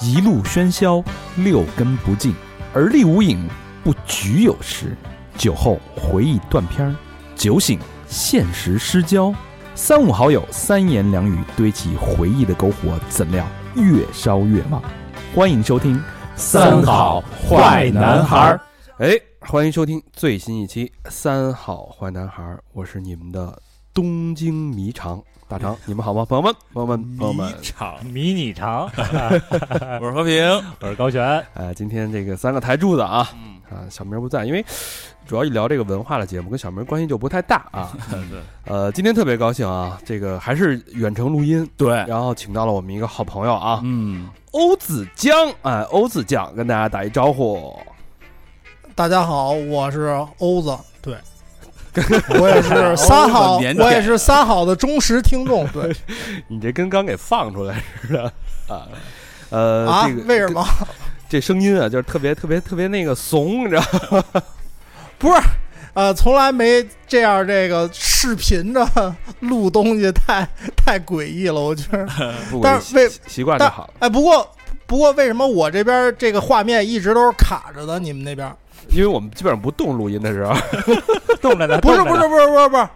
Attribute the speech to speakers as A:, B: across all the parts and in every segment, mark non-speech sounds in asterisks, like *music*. A: 一路喧嚣，六根不净，而立无影，不局有时。酒后回忆断片儿，酒醒现实失焦。三五好友，三言两语堆起回忆的篝火，怎料越烧越旺。欢迎收听《
B: 儿。
C: 哎，欢迎收听最新一期《三好坏男孩》，我是你们的东京迷肠大
B: 哎
C: 肠，你们好吗？朋友们，
B: 嗯
C: 朋友们，朋友们，
B: 场，
D: 迷
B: *laughs*
D: 你长，
B: 我是和平，
D: *laughs* 我是高璇，
C: 哎，今天这个三个台柱子啊，
B: 嗯，
C: 啊，小明不在，因为主要一聊这个文化的节目，跟小明关系就不太大啊。
B: *laughs* 对
C: 呃，今天特别高兴啊，这个还是远程录音，
B: 对，
C: 然后请到了我们一个好朋友啊，
B: 嗯，
C: 欧子江，哎，欧子酱跟大家打一招呼。
E: 大家好，我是欧子，对， *laughs* 我也是三好，
B: 欧子腼腆
E: 我也是三好的忠实听众，对
C: 你这跟刚给放出来似的啊。呃，
E: 啊
C: 这个，
E: 为什么？
C: 这声音啊，就是特别特别特别那个怂，你知道吗？
E: 呃，从来没这样这个视频着录东西 *laughs* 太太诡异了，我觉得。
C: *laughs* 不
E: 但是为
C: 习习惯就好了，
E: 哎，不过不过为什么我这边这个画面一直都是卡着的？你们那边
C: 因为我们基本上不动录音的时候，
D: 动着呢，
E: *laughs* 不是
D: 动着
E: 不
D: 呢
E: 是，不是不是不是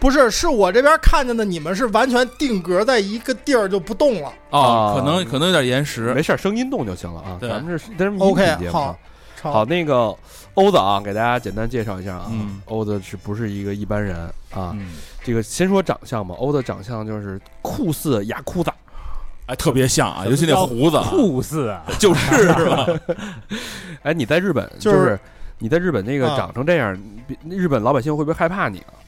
E: 不是，是我这边看见的，你们是完全定格在一个地儿就不动了。
C: 啊
B: 哦，可能可能有点延时，
C: 没事儿，声音动就行了啊。
B: 对
C: 咱们这是咱们
E: OK，
C: 节目啊
E: 好，
C: 好，，那个欧子啊，给大家简单介绍一下啊。
B: 嗯
C: 欧子是不是一个一般人啊？
B: 嗯，
C: 这个先说长相吧，欧子长相就是酷似雅库萨，
B: 哎，特别像啊，尤其那胡子啊，
D: 酷似啊，
B: 就是吧，
C: *laughs* 哎，你在日本
E: 就是
C: 你在日本那个
E: 啊
C: 长成这样，别日本老百姓会不会害怕你啊？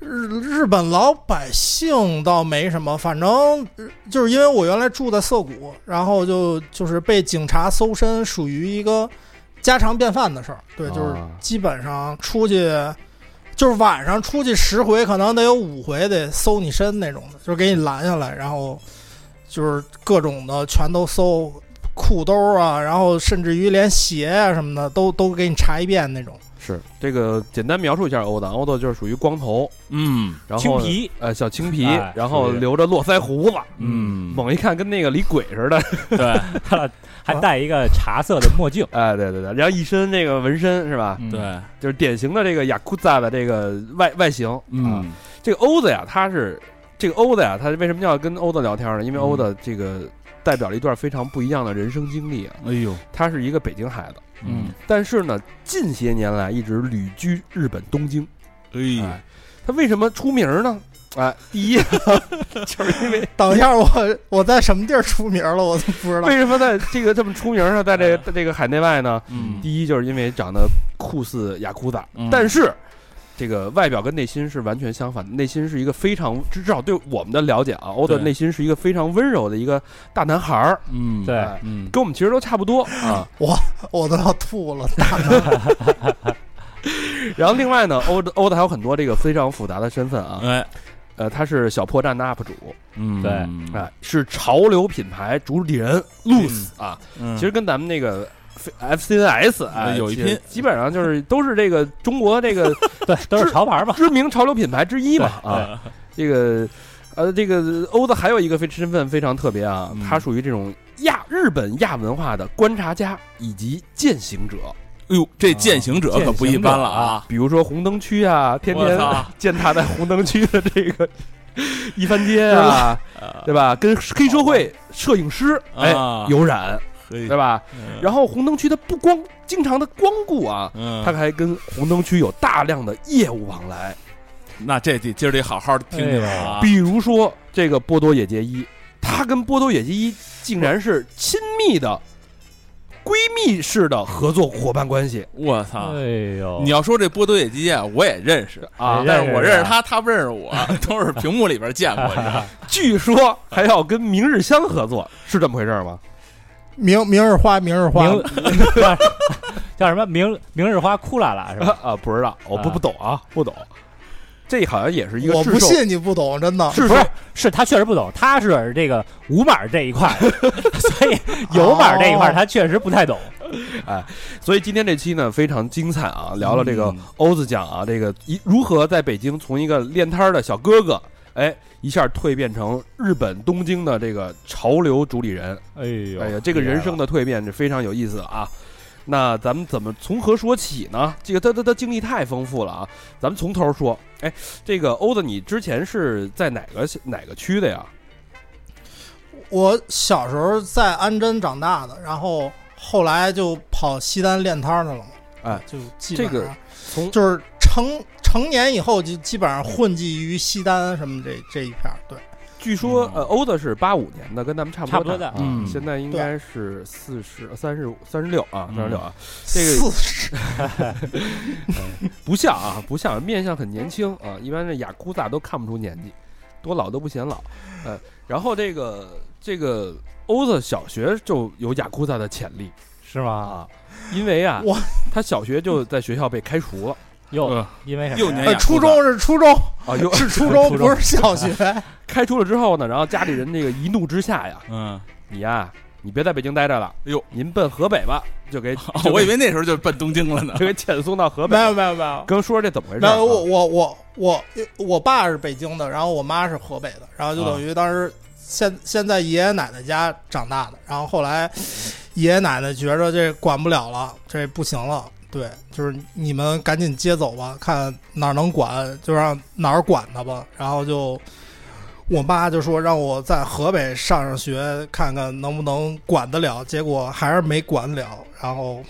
E: 日日本老百姓倒没什么，反正呃就是因为我原来住在涩谷，然后就就是被警察搜身，属于一个家常便饭的事儿。对，就是
C: 啊
E: 基本上出去，就是晚上出去十回，可能得有五回得搜你身那种的，就是给你拦下来，然后就是各种的全都搜，裤兜啊，然后甚至于连鞋啊什么的都都给你查一遍那种。
C: 是这个简单描述一下欧子，欧子就是属于光头，
B: 嗯
C: 然后
D: 青皮，
C: 呃小青皮，
D: 哎
C: 然后
D: 属于
C: 留着络腮胡子，
B: 嗯，
C: 猛一看跟那个李鬼似
D: 嗯
C: 的，
B: 对
D: 还戴一个茶色的
B: *laughs*
D: 墨镜，
C: 哎，对对对，然后一身那个纹身是吧？
D: 嗯，
B: 对，
C: 就是典型的这个雅库扎的这个外外形。啊，
B: 嗯，
C: 这个欧子呀，他是这个欧子呀，他为什么要跟欧子聊天呢？
D: 嗯
C: 因为欧子这个代表了一段非常不一样的人生经历啊。
B: 哎呦，
C: 他是一个北京孩子，
B: 嗯，
C: 但是呢，近些年来一直旅居日本东京。
B: 哎
C: 哎，他为什么出名呢？哎，第一就是因为
E: 哎等一下我，我在什么地儿出名了，我都不知道
C: 为。什么在这个这么出名呢？在这个在这个海内外呢？
B: 嗯，
C: 第一就是因为长得酷似雅库萨，
B: 嗯
C: 但是这个外表跟内心是完全相反的。内心是一个非常，至少对我们的了解啊，欧的
B: 对
C: 内心是一个非常温柔的一个大男孩儿，
B: 嗯，
D: 对
C: 哎
B: 嗯，
C: 跟我们其实都差不多啊。
E: 我都要吐了。
C: 然后另外呢，欧的欧的还有很多这个非常复杂的身份啊，
B: 哎，
C: 呃，他是小破站的 UP 主，
B: 嗯，
D: 对
C: 哎、是潮流品牌主理人 Loose 啊，
B: 嗯，
C: 其实跟咱们那个。FCNS 啊，
B: 呃有一
C: 其
B: 拼
C: 基本上就是都是这个中国这个
D: 对，都是潮牌嘛，
C: 知名潮流品牌之一嘛
B: *laughs*
D: 对
C: 啊，这个呃，这个欧子还有一个非身份非常特别啊
B: 嗯，
C: 他属于这种亚日本亚文化的观察家以及践行者，
B: 哎呦，这
D: 啊
B: 践行者可不一般了啊，
C: 比如说红灯区啊，天天
B: 我
C: *laughs*
B: 操
C: 践踏在红灯区的这个 *laughs* 一番街
B: *laughs*
C: 啊，对吧？跟黑社会摄影师哎
B: 呃啊
C: 有染，
B: 对
C: 对？吧？然后红灯区他不光经常的光顾啊。
B: 嗯，
C: 他还跟红灯区有大量的业务往来，
B: 那这得今儿得好好听听了啊，
C: 比如说这个波多野结衣，她跟波多野结衣竟然是亲密的闺蜜式的合作伙伴关系
B: 我操！
D: 哎呦，
B: 啊你要说这波多野结衣啊，我也认识，
D: 哎！
C: 啊
D: 呀
B: 但是我认识他，他不认识我，都是屏幕里边见过，你知道吗？
C: 据说还要跟明日香合作，是这么回事吗？
E: 明明日花，明日花， *laughs*
D: 明叫什么明明日花哭啦啦是
B: *laughs*
D: 吧？
C: 啊，不知道，我不
D: 啊
C: 不懂啊，不懂。这好像也是一个
E: 我
C: 制
E: 不
C: 售，
E: 信你不懂，真的。
D: 不
C: 制售
D: 是，是他确实不懂，他是这个无码这一块， *laughs* 所以有码这一块
E: 哦
D: 他确实不太懂。
C: 所以今天这期呢非常精彩啊，聊了这个
B: 嗯
C: 欧子讲啊，这个一如何在北京从一个练摊儿的小哥哥。哎，一下蜕变成日本东京的这个潮流主理人。
D: 哎呦，
C: 哎呀，这个人生的蜕变是非常有意思的啊。那咱们怎么从何说起呢？这个他他他经历太丰富了啊。咱们从头说。哎，这个欧子，你之前是在哪个哪个区的呀？
E: 我小时候在安贞长大的，然后后来就跑西单练摊儿去了嘛。
C: 哎，
E: 就基本上
C: 这个从
E: 就是成成年以后就基本上混迹于西单什么这这一片儿。对，
C: 据说
B: 嗯
C: 呃，欧子是八五年的，跟咱们差不
D: 差不多
C: 大
D: 的
C: 啊
A: 嗯
C: 现在应该是四十呃三十三十六啊，
A: 嗯
C: 三十六啊，这个
E: 四十
C: 不像啊，不像，面相很年轻啊，一般这雅库萨都看不出年纪，多老都不显老。呃，然后这个这个欧子小学就有雅库萨的潜力
D: 是吗？
C: 啊，因为啊
E: 哇，
C: 他小学就在学校被开除了
D: 又
B: 嗯
D: 因为什么呀？
C: 哎
B: 幼年
D: *laughs*
E: 呃，
B: 雅
E: 初
B: 库萨
E: 中是
C: *laughs*
E: 初中
C: 啊，又
E: 是初中，
D: 初中
E: 不是小
C: *laughs*
E: 学。
C: 开除了之后呢，然后家里人这个一怒之下呀，
B: 嗯，
C: 你呀、你别在北京待着了，
B: 哎呦，
C: 您奔河北吧，
B: *laughs*
C: 就给
B: 哦我以为那时候就奔东京了呢
C: *laughs* 就。给遣送到河北
E: 没。有没有没有
C: 跟说说这怎么回事
E: 没
C: 啊？
E: 有，我我我我我爸是北京的，然后我妈是河北的，然后
C: 啊
E: 就等于当时现现在爷爷奶奶家长大的，然后后来爷爷奶奶觉着这管不了了，这不行了。对，就是你们赶紧接走吧，看哪儿能管就让哪儿管他吧。然后就我妈就说让我在河北上上学，看看能不能管得了。结果还是没管得了，然后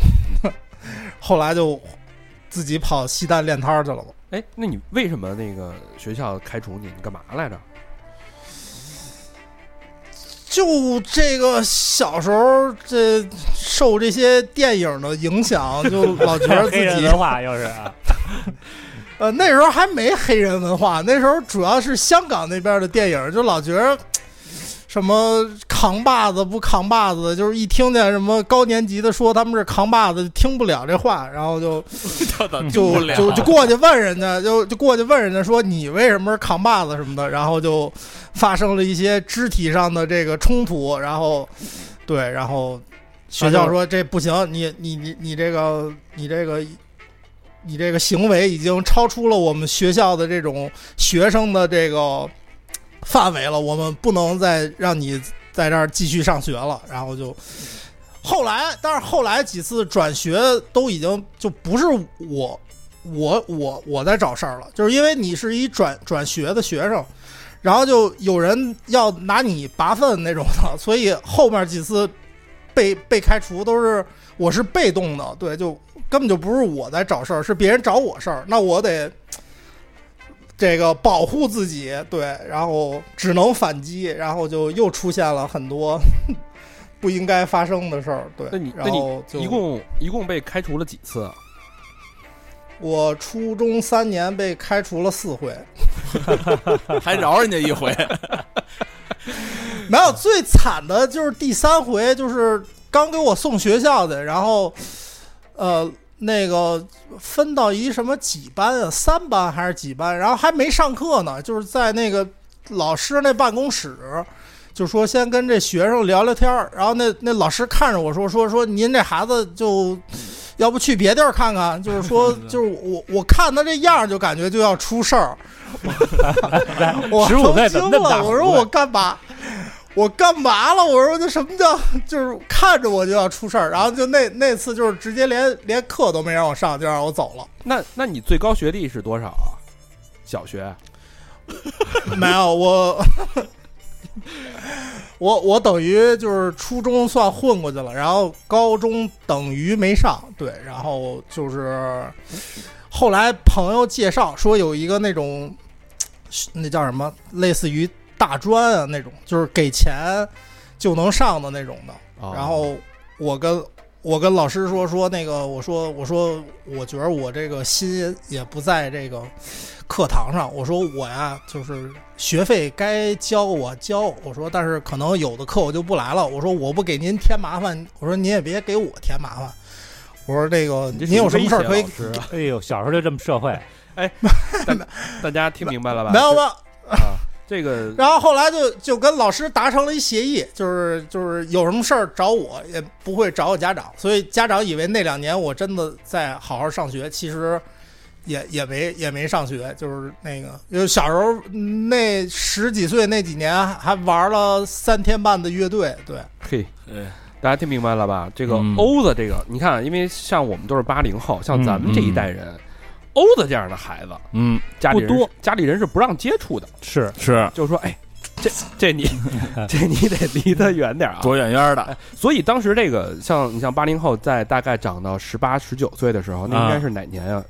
E: *laughs* 后来就自己跑西单练摊儿去了嘛。
C: 哎，那你为什么那个学校开除你？你干嘛来着？
E: 就这个小时候，这受这些电影的影响，
D: *laughs*
E: 就老觉得
D: 黑
E: 自
D: 人
E: 己
D: 文化
B: *laughs*
D: 又是啊，
E: 呃那时候还没黑人文化，那时候主要是香港那边的电影，就老觉得什么扛把子不扛把子，就是一听见什么高年级的说他们是扛把子，听不了这话，然
D: *laughs*
E: 后就
B: 这
D: 嗯
B: 倒听不
E: 就
B: 了
E: 就就过去问人家，就就过去问人家说你为什么是扛把子什么的，然后就发生了一些肢体上的这个冲突，然后对，然后学校说这不行，你你你你这个你这个你这个行为已经超出了我们学校的这种学生的这个范围了，我们不能再让你在这儿继续上学了，然后就。后来，但是后来几次转学都已经就不是我，我我我在找事儿了，就是因为你是一转转学的学生，然后就有人要拿你拔粪那种的， *laughs* 所以后面几次被被开除都是我是被动的，对，就根本就不是我在找事儿，是别人找我事儿，那我得这个保护自己，对，然后只能反击，然后就又出现了很多 *laughs* 不应该发生的事儿，对，
C: 那你那
E: 然后就
C: 一共一共被开除了几次啊？
E: 我初中三年被开除了四回。
B: *laughs* 还饶人家一回，
E: 没有，最惨的就是第三回，就是刚给我送学校的，然后，呃，那个分到一什么几班啊，三班还是几班，然后还没上课呢，就是在那个老师那办公室，就说先跟这学生聊聊天儿，然后那那老师看着我说说说您这孩子就。要不去别地儿看看，就是
D: *laughs*
E: 说，就是我我看他这样儿就感觉就要出
D: *laughs*
E: 事儿，我
D: 15
E: 都
D: 岁怎么
E: 惊
D: 那么大
E: 了，我说
D: 胡子
E: 我干嘛？我干嘛了？我说这什么叫就是看着我就要出事儿，然后就那那次就是直接连连课都没让我上，就让我走了。
C: 那那你最高学历是多少啊？小学
E: *laughs* 没有我，我我等于就是初中算混过去了，然后高中等于没上，对，然后就是后来朋友介绍说有一个那种那叫什么，类似于大专啊那种，就是给钱就能上的那种的。
C: 哦
E: 然后我跟我跟老师说说那个，我说我说我觉得我这个心也不在这个课堂上，我说我呀就是学费该交我交，我说但是可能有的课我就不来了，我说我不给您添麻烦，我说您也别给我添麻烦。我说那个，
C: 你这
E: 您有什么事儿可以
C: 是威胁老师啊
D: *laughs* 哎呦，小时候就这么社会，
C: 大家听明白了吧？
E: 没有没有，
C: 这啊，这个
E: 然后后来就就跟老师达成了一协议，就是就是有什么事儿找我，也不会找我家长，所以家长以为那两年我真的在好好上学，其实也也没也没上学，就是那个，因为小时候嗯那十几岁那几年还玩了三天半的乐队，对，
C: 嘿，
D: 哎
B: 嗯
C: 大家听明白了吧？这个
A: 嗯
C: 欧子，这个你看啊，因为像我们都是八零后，像咱
D: 嗯
C: 们这一代人，欧子这样的孩子，
A: 嗯，
C: 家里人
D: 不多，
C: 家里人是不让接触的，
D: 是
B: 是
C: 就是说，哎，这
B: *laughs*
C: 这你这你得离他远点啊。
B: 躲远远的，
C: 所以当时这个像你像八零后，在大概长到十八十九岁的时候，那应该是哪年啊？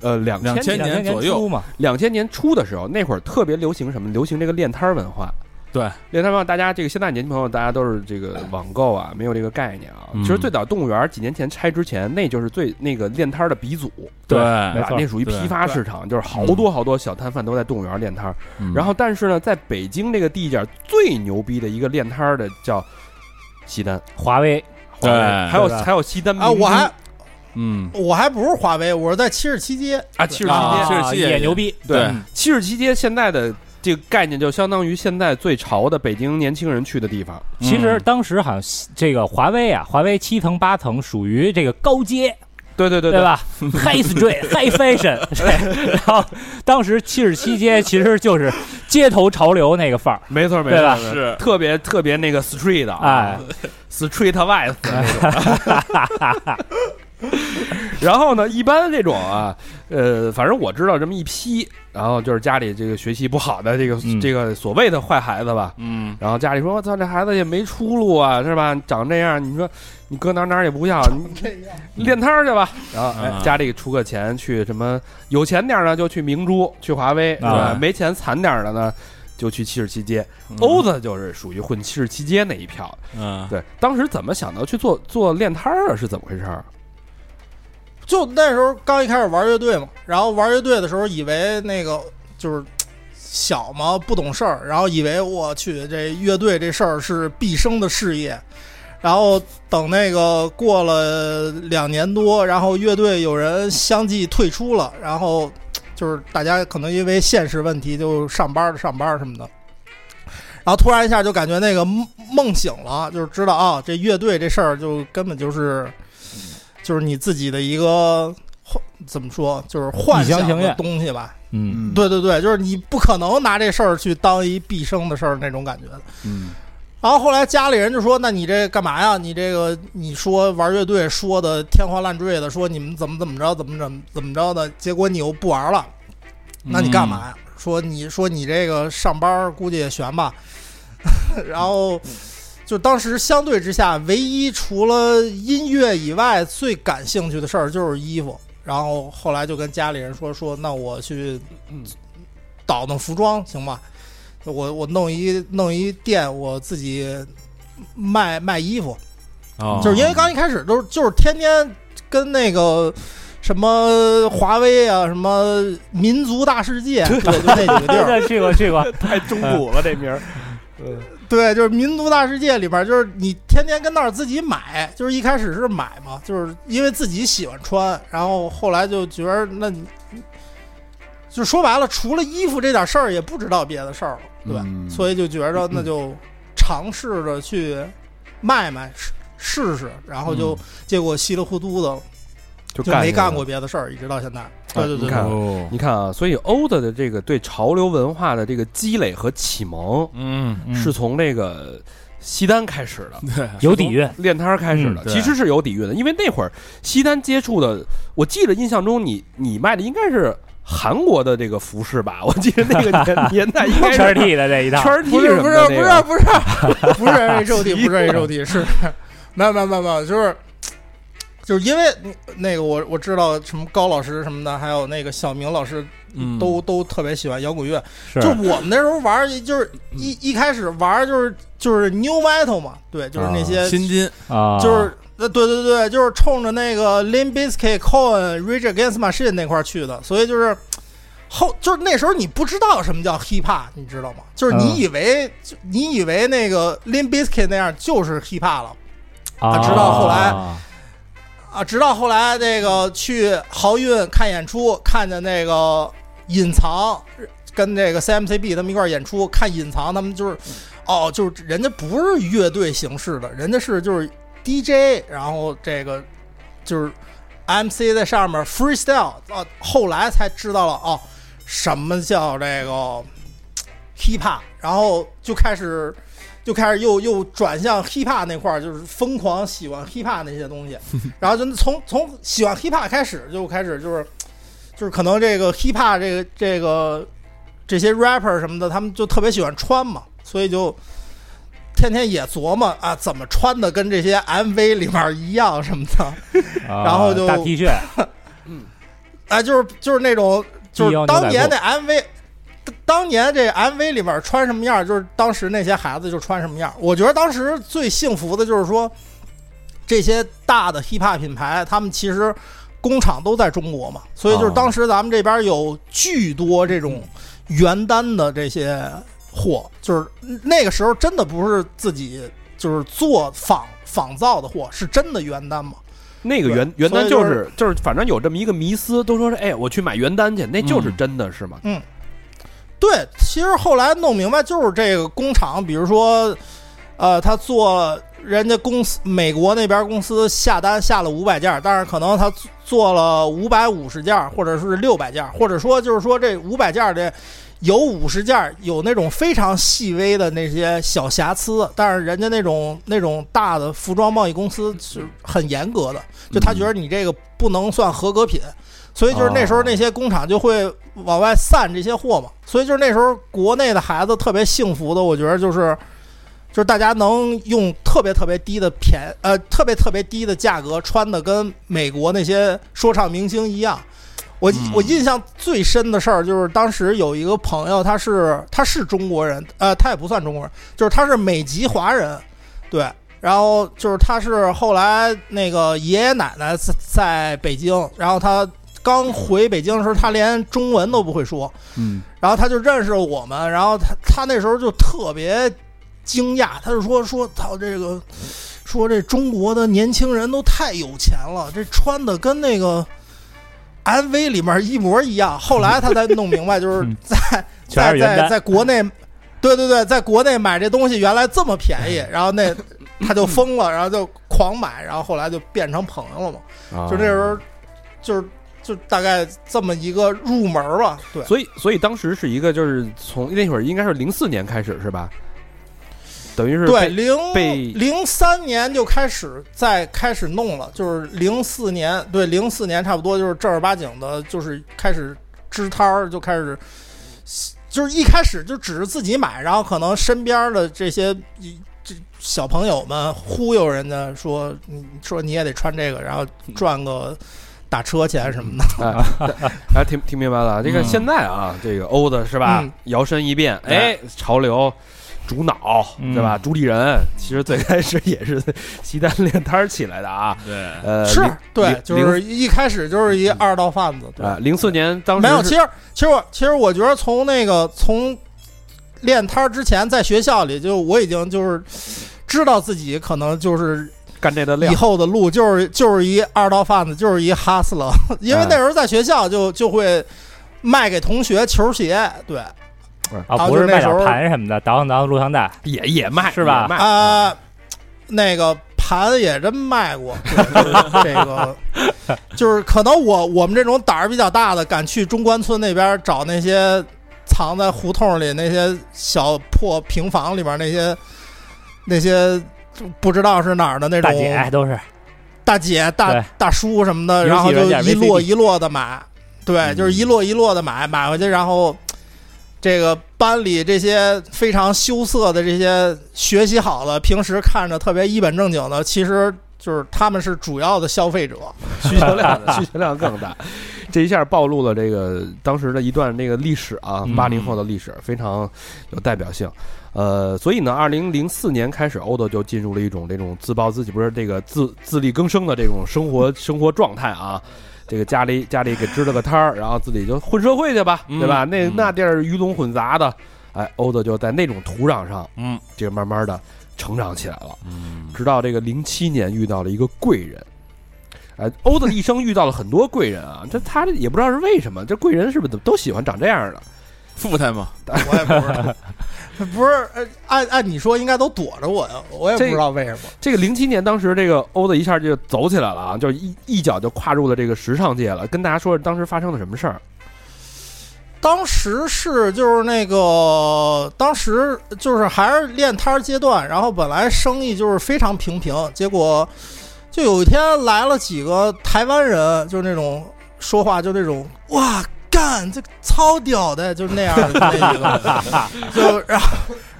C: 呃，两
B: 两千
D: 两
B: 年
D: 千
B: 左右
D: 初嘛，
C: 两千年初的时候，那会儿特别流行什么？流行这个练摊儿文化。
B: 对，
C: 练摊儿文化，大家这个现在年轻朋友，大家都是这个网购啊，没有这个概念啊。
A: 嗯
C: 其实最早动物园儿几年前拆之前，那就是最那个练摊儿的鼻祖，
B: 对
C: 对吧
D: 没？错
C: 那属于
B: 对嗯
C: 批发市场，就是好多好多小摊贩都在动物园儿练摊儿。
A: 嗯
C: 然后，但是呢，在北京这个地界儿最牛逼的一个练摊儿的叫西单，
D: 华为
B: 对
C: 还有
D: 对吧
C: 还有西单
E: 啊，
C: 明珠
E: 我还
A: 嗯
E: 我还不是华为，我是在七十七街，
C: 啊七十七
B: 啊
C: 街，
B: 确实吸引
D: 也
B: 人
D: 牛逼，
B: 对
D: 嗯
C: 七十七街现在的这个概念就相当于现在最潮的北京年轻人去的地方。
B: 嗯
D: 其实当时好像这个华为啊，华为七层八层属于这个高阶，
C: 对对对
D: 对？吧？High
C: *laughs*
D: street, high fashion 。然后当时七十七街其实就是街头潮流那个范儿，
C: 没错没
D: 对吧
C: 错，
B: 是
C: *laughs* 特别特别那个 street 啊、
D: 哎，
C: s t r e e t wise 那种。 *laughs* 然后呢，一般这种啊，呃，反正我知道这么一批，然后就是家里这个学习不好的这个、
A: 嗯
C: 这个所谓的坏孩子吧，
B: 嗯，
C: 然后家里说：“我哦操，这孩子也没出路啊，是吧？长这样，你说你搁哪儿哪儿也不要，你
E: 这样
C: 练摊儿去吧。”然后哎
B: 啊
C: 家里出个钱去什么，有钱点儿呢就去明珠、去华威，是吧
B: 对？
C: 没钱惨点儿的呢。就去七十七街，
B: 哦
C: 欧子就是属于混七十七街那一票。
B: 嗯
C: 对，当时怎么想到去做做练摊儿啊？是怎么回事儿？
E: 就那时候刚一开始玩乐队嘛，然后玩乐队的时候以为那个就是嘖小嘛不懂事儿，然后以为我去这乐队这事儿是毕生的事业，然后等那个过了两年多，然后乐队有人相继退出了，然后嘖就是大家可能因为现实问题就上班的上班什么的。然后突然一下就感觉那个梦梦醒了，就是知道啊，这乐队这事儿就根本就是
D: 嗯
E: 就是你自己的一个幻怎么说，就是幻
D: 一厢
E: 想
D: 情
E: 的
D: 愿
E: 东西吧。
D: 嗯，
E: 对对对，就是你不可能拿这事儿去当一毕生的事儿那种感觉的。
A: 嗯
E: 然后后来家里人就说：“那你这干嘛呀？你这个你说玩乐队说的天花乱坠的，说你们怎么怎么着，怎么怎么怎么着的，结果你又不玩了，嗯那你干嘛呀？”说你说你这个上班估计也悬吧。 *laughs* 然后就当时相对之下，唯一除了音乐以外最感兴趣的事儿就是衣服。然后后来就跟家里人说说，那我去倒腾服装行吧？我我弄一弄一店，我自己卖卖衣服，
C: 嗯
B: 哦
E: 就是因为刚一开始都是就是天天跟那个什么华为啊，什么民族大世界，对，就那几个地儿，
D: 对，去过去过，
C: 太中古了这名儿。
E: 对，就是民族大世界里边，就是你天天跟那儿自己买，就是一开始是买嘛，就是因为自己喜欢穿，然后后来就觉得那你。就说白了，除了衣服这点事儿，也不知道别的事儿了，对吧？
A: 嗯
E: 所以就觉着那就尝试着去卖卖试试试，然后就、结果稀里糊涂的
C: 就
E: 就
C: 干下
E: 没
C: 来
E: 干过别的事儿，一直到现在。对对
C: 啊你
E: 对
C: 看
E: 对，
A: 哦
C: 了。你看啊，所以欧子的这个对潮流文化的这个积累和启蒙，
B: 嗯，
A: 嗯
C: 是从这个西单开始的，
B: 对，
D: 有底
C: *laughs*
D: 蕴，
C: 练摊儿开始的，
B: 嗯对
C: 其实是有底蕴的。因为那会儿西单接触的，我记得印象中你你卖的应该是韩国的这个服饰吧？我记得那个年年代应该是
D: 圈儿 T 的这一套
C: 圈，儿 T
E: 不
C: 什
E: 是
C: 么
E: 不
C: 的
E: 是
C: 那
E: 不
C: 个
E: 是不是不是 H O T 不是 H O T 是，没有没有没有没有，就是就是因为那个我我知道什么高老师什么的，还有那个小明老师
B: 嗯
E: 都都特别喜欢摇滚乐，
D: 是
E: 就我们那时候玩儿，就是
C: 嗯
E: 一一开始玩儿就是就是 new metal 嘛，对，就是那些
B: 新金
D: 啊，
E: 就是呃，对对对，就是冲着那个 Lim Biscuit、Cohen、Rage Against the Machine 那块儿去的，所以就是后就是那时候你不知道什么叫 hip hop，你知道吗？就是你
D: 嗯
E: 以为、就你以为那个 Lim Biscuit 那样就是 hip hop 了
D: 啊，
E: 直到后来
D: 啊
E: 啊，直到后来那个去豪运看演出，看见那个隐藏跟那个 CMCB 他们一块儿演出，看隐藏他们就是哦，就是人家不是乐队形式的，人家是就是 DJ，然后这个就是 MC 在上面 freestyle，到后来才知道了哦，什么叫这个 hip hop，然后就开始就开始又又转向 hip hop 那块儿，就是疯狂喜欢 hip hop 那些东西，然后就从从喜欢 hip hop 开始就开始就是就是可能这个 hip hop 这个这个这些 rapper 什么的，他们就特别喜欢穿嘛，所以就。天天也琢磨啊，怎么穿的跟这些 MV 里面一样什么的，
D: 啊
E: 然后就
D: 大 T 恤，
E: 啊，就是就是那种，就
D: 低腰牛
E: 是
D: 仔
E: 当年那 MV，当当年这 MV 里面穿什么样，就是当时那些孩子就穿什么样。我觉得当时最幸福的就是说，这些大的 hiphop 品牌，他们其实工厂都在中国嘛，所以就是
D: 哦
E: 当时咱们这边有巨多这种原单的这些货，就是那个时候真的不是自己就是做仿仿造的货，是真的原单嘛。
C: 那个
E: 对
C: 原原单
E: 所以
C: 就
E: 就是
C: 就是，反正有这么一个迷思，都说是哎，我去买原单去，那就是
B: 嗯
C: 真的是吗？
E: 对，其实后来弄明白，就是这个工厂，比如说，呃，他做人家公司美国那边公司下单下了五百件儿，但是可能他做做了五百五十件儿，或者是六百件儿，或者说就是说这五百件儿这有五十件儿有那种非常细微的那些小瑕疵，但是人家那种那种大的服装贸易公司是很严格的，就他觉得你这个不能算合格品，所以就是那时候那些工厂就会往外散这些货嘛。所以就是那时候国内的孩子特别幸福的，我觉得就是就是大家能用特别特别低的便呃特别特别低的价格穿的跟美国那些说唱明星一样。我我印象最深的事儿就是当时有一个朋友，他是他是中国人，呃，他也不算中国人，就是他是美籍华人，对。然后就是他是后来那个爷爷奶奶在在北京，然后他刚回北京的时候，他连中文都不会说，
A: 嗯，
E: 然后他就认识我们，然后他他那时候就特别惊讶，他就说说操这个，说这中国的年轻人都太有钱了，这穿的跟那个 MV 里面一模一样。后来他才弄明白，就是
D: 嗯
E: 在
D: 全
E: 在
D: 是原
E: 在
D: 单，
E: 在国内，对对对，在国内买这东西原来这么便宜，然后那他就疯了，然后就狂买，然后后来就变成朋友了嘛。
D: 啊
C: 啊
E: 就那时候，就是就大概这么一个入门吧。对，
C: 所以所以当时是一个就是从那会儿应该是零四年开始是吧？等于是
E: 对，
C: 被被
E: 零零三年就开始在开始弄了，就是零四年，对，零四年差不多就是正儿八经的，就是开始支摊儿，就开始，就是一开始就只是自己买，然后可能身边的这些一这小朋友们忽悠人家说，你说你也得穿这个，然后赚个打车钱什么的。
C: 哎听听明白了啊，这个
B: 嗯
C: 现在啊，这个欧的是吧
E: 嗯？
C: 摇身一变，哎，潮流。主脑
D: 嗯
C: 对吧？主理人其实最开始也是西单练摊儿起来的啊。
B: 对，
C: 呃，
E: 是
C: 零
E: 对
C: 零，嗯
E: 就是一开始就是一二道贩子，对。
C: 啊，零四年当时
E: 没有，
C: 是
E: 其实其实我其实我觉得从那个从练摊儿之前，在学校里就我已经就是知道自己可能就是
C: 干这个料
E: 以，后的路就是就是一二道贩子，就是一哈斯了， *laughs* 因
C: 啊
E: 为那时候在学校就就会卖给同学球鞋，对
D: 啊，
E: 啊
D: 不是
E: 就那
D: 卖
E: 时
D: 点
E: 候
D: 盘什么的，挡挡录像带，
C: 也也卖
D: 是吧
C: 也卖
E: 啊、那个盘也真
D: *laughs*
E: 卖过，就是这个就是可能我我们这种胆儿比较大的，敢去中关村那边找那些藏在胡同里那些小破平房里边那些那些不知道是哪儿的那种
D: 大姐都是
E: 大姐、大
D: 对
E: 大叔什么的，
D: 游戏
E: 然后就
D: 软件
E: 一摞
D: VCD
E: 一摞的买，对，就是
D: 嗯
E: 一摞一摞的买，买回去，然后这个班里这些非常羞涩的这些学习好了，平时看着特别一本正经的，其实就是他们是主要的消费者。
C: *laughs* 需
B: *laughs*
C: 求量需求量更大，这一下暴露了这个当时的一段那个历史啊
D: 嗯，
C: 八零后的历史非常有代表性。呃，所以呢，二零零四年开始，欧德就进入了一种这种自暴自己，不是这个自自力更生的这种生活生活状态啊。这个家里家里给支了个摊儿，然后自己就混社会去吧，
B: 嗯
C: 对吧？那
B: 嗯
C: 那地儿鱼龙混杂的，哎，欧德就在那种土壤上，
B: 嗯
C: 这个慢慢的成长起来了。
B: 嗯，
C: 直到这个零七年遇到了一个贵人。呃，欧子一生遇到了很多贵人啊，这他也不知道是为什么，这贵人是不是都喜欢长这样的？
B: 富态嘛，
D: *laughs*
E: 我也不知道，不是，呃按按你说应该都躲着我呀，我也不
C: 这
E: 知道为什么。
C: 这个零七年当时这个欧子一下就走起来了啊，就一一脚就跨入了这个时尚界了。跟大家说说当时发生了什么事儿。
E: 当时是就是那个，当时就是还是练摊儿阶段，然后本来生意就是非常平平，结果就有一天来了几个台湾人，就是那种说话就那种哇干这个超屌的，就是那样的那一个，就然后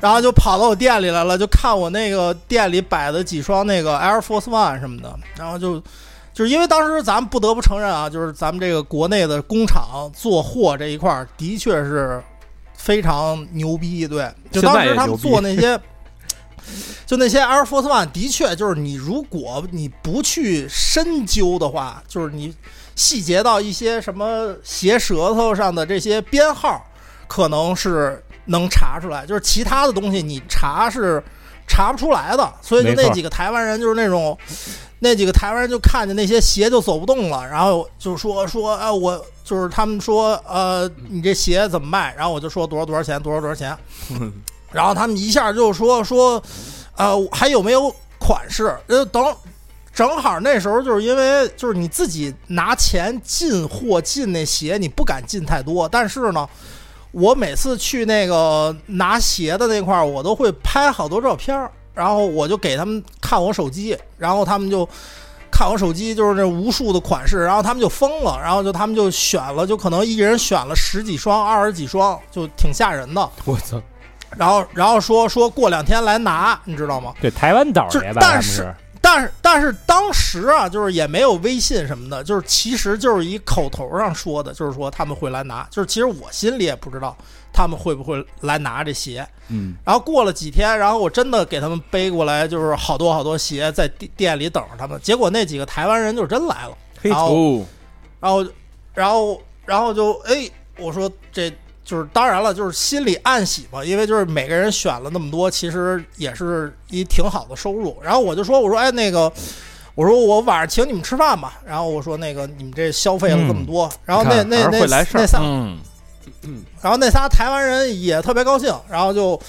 E: 然后就跑到我店里来了，就看我那个店里摆的几双那个 Air Force One 什么的，然后就就是因为当时咱们不得不承认啊，就是咱们这个国内的工厂做货这一块儿的确是非常牛逼，对，就当时他们做那些。就那些 Air Force One，的确就是你，如果你不去深究的话，就是你细节到一些什么鞋舌头上的这些编号，可能是能查出来，就是其他的东西你查是查不出来的。所以就
D: 没
E: 那
D: 错
E: 几个台湾人就是那种，那几个台湾人就看见那些鞋就走不动了，然后就说说哎我就是他们说呃你这鞋怎么卖？然后我就说多少多少钱多少多
D: *laughs*
E: 少钱，然后他们一下就说说呃还有没有款式？呃等。正好那时候就是因为就是你自己拿钱进货进那鞋，你不敢进太多，但是呢，我每次去那个拿鞋的那块儿，我都会拍好多照片儿，然后我就给他们看我手机，然后他们就看我手机，就是那无数的款式，然后他们就疯了，然后就他们就选了，就可能一人选了十几双、二十几双，就挺吓人的。
C: 我操！
E: 然后，然后说说过两天来拿，你知道吗？
D: 对，台湾岛
E: 就是
D: 爷吧，
E: 但
D: 他们
E: 是
D: 是
E: 但是但是当时啊，就是也没有微信什么的，就是其实就是以口头上说的，就是说他们会来拿，就是其实我心里也不知道他们会不会来拿这鞋。
A: 嗯，
E: 然后过了几天，然后我真的给他们背过来，就是好多好多鞋在店店里等着他们。结果那几个台湾人就真来了，
A: 嘿
E: 然后
B: 哦，
E: 然后然后然后就哎，我说这就是当然了，就是心里暗喜嘛，因为就是每个人选了那么多，其实也是一挺好的收入。然后我就说，我说哎那个。我说我晚上请你们吃饭吧，然后我说那个你们这消费了这么多，然后
B: 哦
E: 那
C: 你看
E: 那
C: 还是
E: 那
C: 会来事儿
E: 那仨
B: 嗯，
E: 然后那仨台湾人也特别高兴，然后就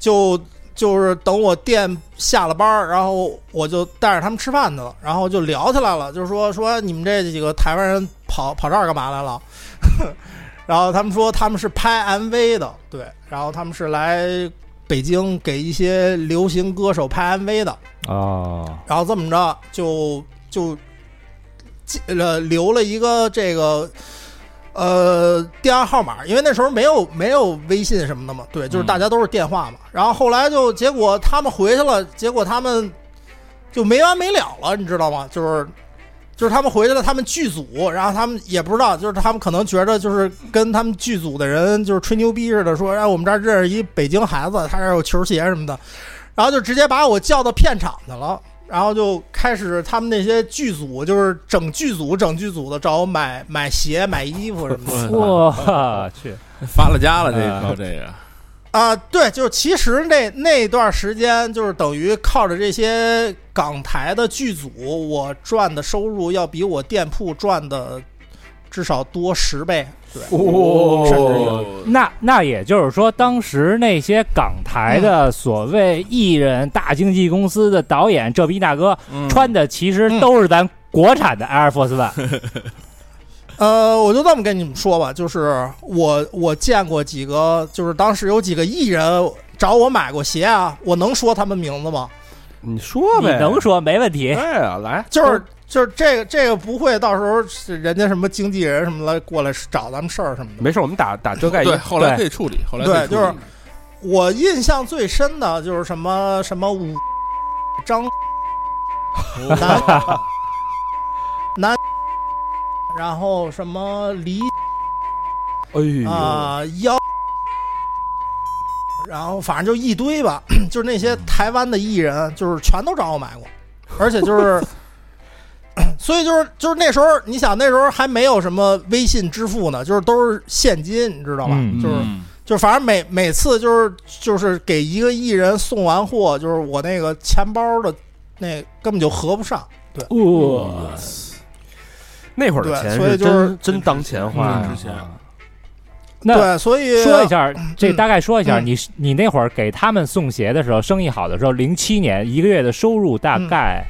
E: 就就是等我店下了班儿，然后我就带着他们吃饭去了，然后就聊起来了，就是说说你们这几个台湾人跑跑这儿干嘛来了？ *laughs* 然后他们说他们是拍 MV 的，对，然后他们是来北京给一些流行歌手拍 MV 的，
D: 哦，
E: 然后这么着就就呃留了一个这个呃电话号码，因为那时候没有没有微信什么的嘛，对，就是
B: 嗯
E: 大家都是电话嘛。然后后来就结果他们回去了，结果他们就没完没了了，你知道吗？就是。就是他们回去了，他们剧组，然后他们也不知道，就是他们可能觉得就是跟他们剧组的人就是吹牛逼似的，说哎我们这儿认识一北京孩子，他这儿有球鞋什么的，然后就直接把我叫到片场去了，然后就开始他们那些剧组，就是整剧组整剧组的找我买买鞋、买衣服什么的
D: 我去，
B: 发了家了这
D: 啊
B: 个这个，
E: 啊、对，就是其实那那段时间，就是等于靠着这些港台的剧组，我赚的收入要比我店铺赚的至少多十倍。对，
B: 哦，
D: 那那也就是说，当时那些港台的所谓艺人、大经纪公司的导演，这逼大哥
B: 嗯
D: 穿的其实都是咱国产的 Air Force One，
E: 呃，我就这么跟你们说吧，就是我我见过几个，就是当时有几个艺人找我买过鞋啊，我能说他们名字吗？
C: 你说
D: 你
C: 呗，
D: 能说没问题
C: 对。啊，来，
E: 就是就是这个这个不会，到时候是人家什么经纪人什么来过来找咱们事儿什么的。
C: 没事，我们打打遮盖一
B: 对，后来可以处理，后来可以处理
E: 对就是我印象最深的就是什么什么五
D: *laughs*
E: 张，
B: 哦
E: 然后什么黎
C: 哎呦，
E: 啊、幺，然后反正就一堆吧，就是那
D: 嗯
E: 些台湾的艺人，就是全都找我买过，而且就是。所以就是就是那时候，你想那时候还没有什么微信支付呢，就是都是现金，你知道吧？
D: 嗯
E: 就是
B: 嗯
E: 就反正每每次就是就是给一个艺人送完货，就是我那个钱包的那根本就合不上。
D: 哦，
C: 那会儿的
E: 对
C: 钱
E: 所以
C: 是
E: 就是
C: 真真当钱花啊
B: 嗯
C: 呀
B: 之前，
D: 那
E: 对，所以
D: 说一下，这
E: 嗯
D: 大概说一下，
E: 嗯
D: 你你那会儿给他们送鞋的时候，生意好的时候，零七年一个月的收入大概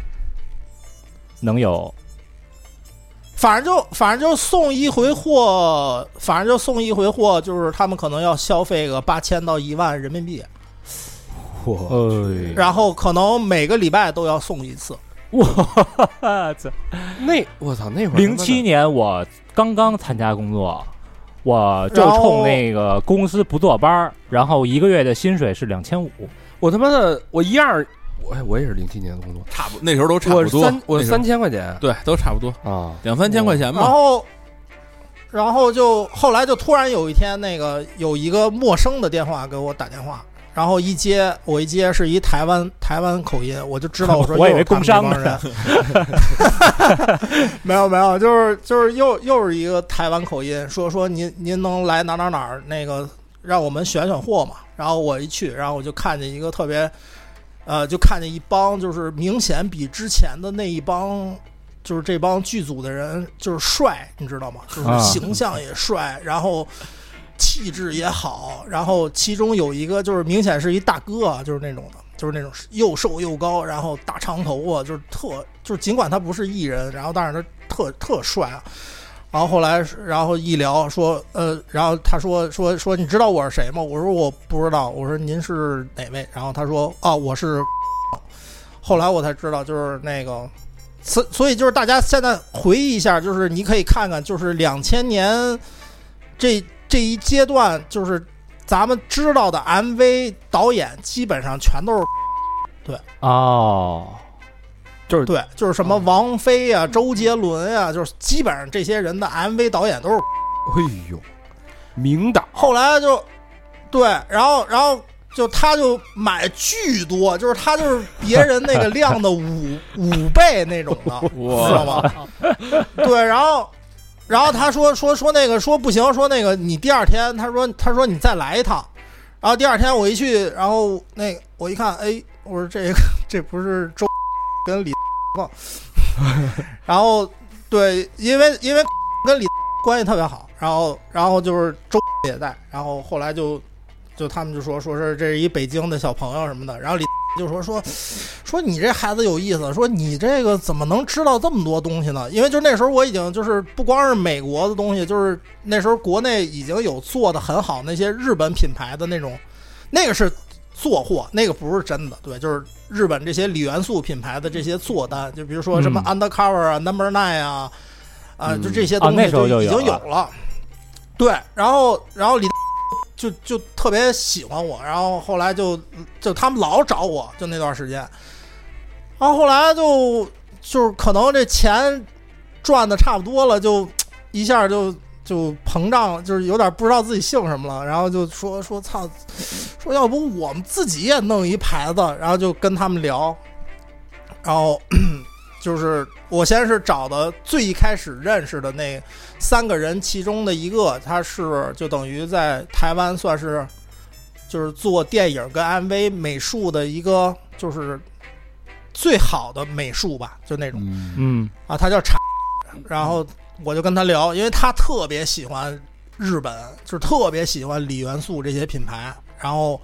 D: 能有
E: 反正就反正就送一回货，反正就送一回货，就是他们可能要消费个八千到一万人民币，
A: 嚯，
D: 呃，
E: 然后可能每个礼拜都要送一次。
D: 我操！
C: 那我操，那会儿
D: 零七年我刚刚参加工作，我就冲那个公司不坐班儿，然后一个月的薪水是两千五。
C: 我他妈的，我一二，我哎我也是零七年的工作，
B: 差不那时候都差
C: 我
B: 不
C: 是
B: 多，
C: 三我
B: 那
C: 是
B: 时候
C: 三千块钱
B: 对都差不多，
C: 啊，
B: 两三千块钱
E: 然
B: 吧。
E: 后，然后就后来就突然有一天，那个有一个陌生的电话给我打电话，然后一接我一接是一台湾台湾口音，我就知道我说
D: 我以
E: 又
D: 为
E: 是他们
D: 工商
E: 这帮人， *laughs* 没有没有，就是就是又又是一个台湾口音，说说您您能来哪哪哪儿那个让我们选选货嘛，然后我一去，然后我就看见一个特别。呃，就看见一帮就是明显比之前的那一帮，就是这帮剧组的人就是帅，你知道吗？就是
D: 啊
E: 形象也帅，然后气质也好，然后其中有一个就是明显是一大哥啊，就是那种的，就是那种又瘦又高，然后大长头发、就是特就是尽管他不是艺人，然后但是他特特帅啊。然后后来是，然后一聊说，呃，然后他说说说你知道我是谁吗？我说我不知道。我说您是哪位？然后他说啊，我是。后来我才知道，就是那个，所所以就是大家现在回忆一下，就是你可以看看，就是两千年这这一阶段，就是咱们知道的 MV 导演基本上全都是
D: 哦，
E: 对，就是什么王菲啊、周杰伦啊，就是基本上这些人的 MV 导演都是
C: 哎呦，明导
E: 后来就对，然后然后就他就买巨多，就是他就是别人那个量的五五倍那种的，知道吗？对，然后然后他说说说那个说不行，说那个你第二天他说他说你再来一趟，然后第二天我一去，然后那个我一看，哎，我说这个 *laughs* 这不是周跟李 *laughs* 吗？然后对，因为因为跟李关系特别好，然后然后就是周也在，然后后来就就他们就说说是这是一北京的小朋友什么的，然后李 *laughs* 就说说说你这孩子有意思，说你这个怎么能知道这么多东西呢？因为就那时候我已经就是不光是美国的东西，就是那时候国内已经有做的很好那些日本品牌的那种，那个是做货，那个不是真的，对，就是日本这些李元素品牌的这些做单，就比如说什么 Undercover 啊、Number Nine 啊，啊，就这些东
D: 啊那
E: 西
D: 时候
E: 就
D: 就
E: 已经
D: 有
E: 有了。对，然后然后李就就特别喜欢我，然后后来就就他们老找我，就那段时间，然后后来就就是可能这钱赚的差不多了，就一下就就膨胀了，就是有点不知道自己姓什么了，然后就说说操，说要不我们自己也弄一牌子，然后就跟他们聊，然后 *clears throat* 就是我先是找的最一开始认识的那三个人其中的一个，他是就等于在台湾算是就是做电影跟 MV 美术的一个就是最好的美术吧，就那种。
A: 嗯，
D: 嗯，
E: 啊，他叫查，然后我就跟他聊，因为他特别喜欢日本，就是特别喜欢李元素这些品牌。然后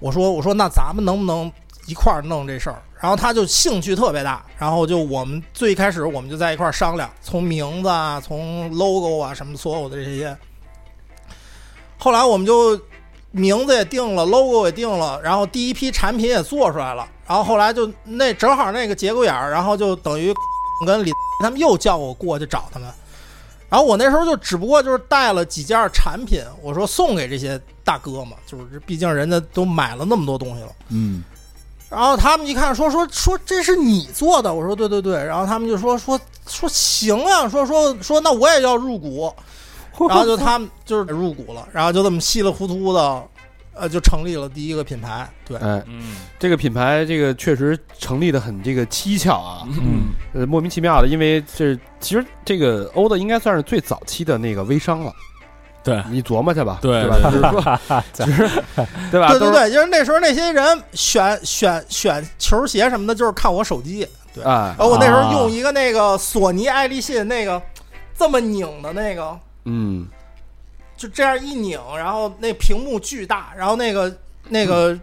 E: 我说我说那咱们能不能一块儿弄这事儿？然后他就兴趣特别大，然后就我们最开始我们就在一块儿商量，从名字啊，从 logo 啊，什么所有的这些。后来我们就名字也定了，logo 也定了，然后第一批产品也做出来了，然后后来就那正好那个节骨眼儿，然后就等于跟李他们又叫我过去找他们，然后我那时候就只不过就是带了几件产品，我说送给这些大哥嘛，就是这毕竟人家都买了那么多东西了。
A: 嗯，
E: 然后他们一看说说说这是你做的，我说对对对，然后他们就说说说行啊，说说说那我也要入股，然后就他们就是入股了，然后就这么稀里糊涂的，呃，就成立了第一个品牌，对。
C: 哎，
B: 嗯
C: 这个品牌这个确实成立的很这个蹊跷啊，
B: 嗯，
C: 呃，莫名其妙的，因为这其实这个欧的应该算是最早期的那个微商了。
B: 对
C: 你琢磨去吧，
B: 对
C: 吧？就是说，
B: *laughs*
C: 就是对吧？
E: 对
C: 都
E: 对
C: 是
E: 对，就是那时候那些人选选选球鞋什么的，就是看我手机，对，
C: 哎
E: 然，后我那时候
D: 啊
E: 用一个那个索尼爱立信那个这么拧的那个，
C: 嗯，
E: 就这样一拧，然后那屏幕巨大，然后那个那个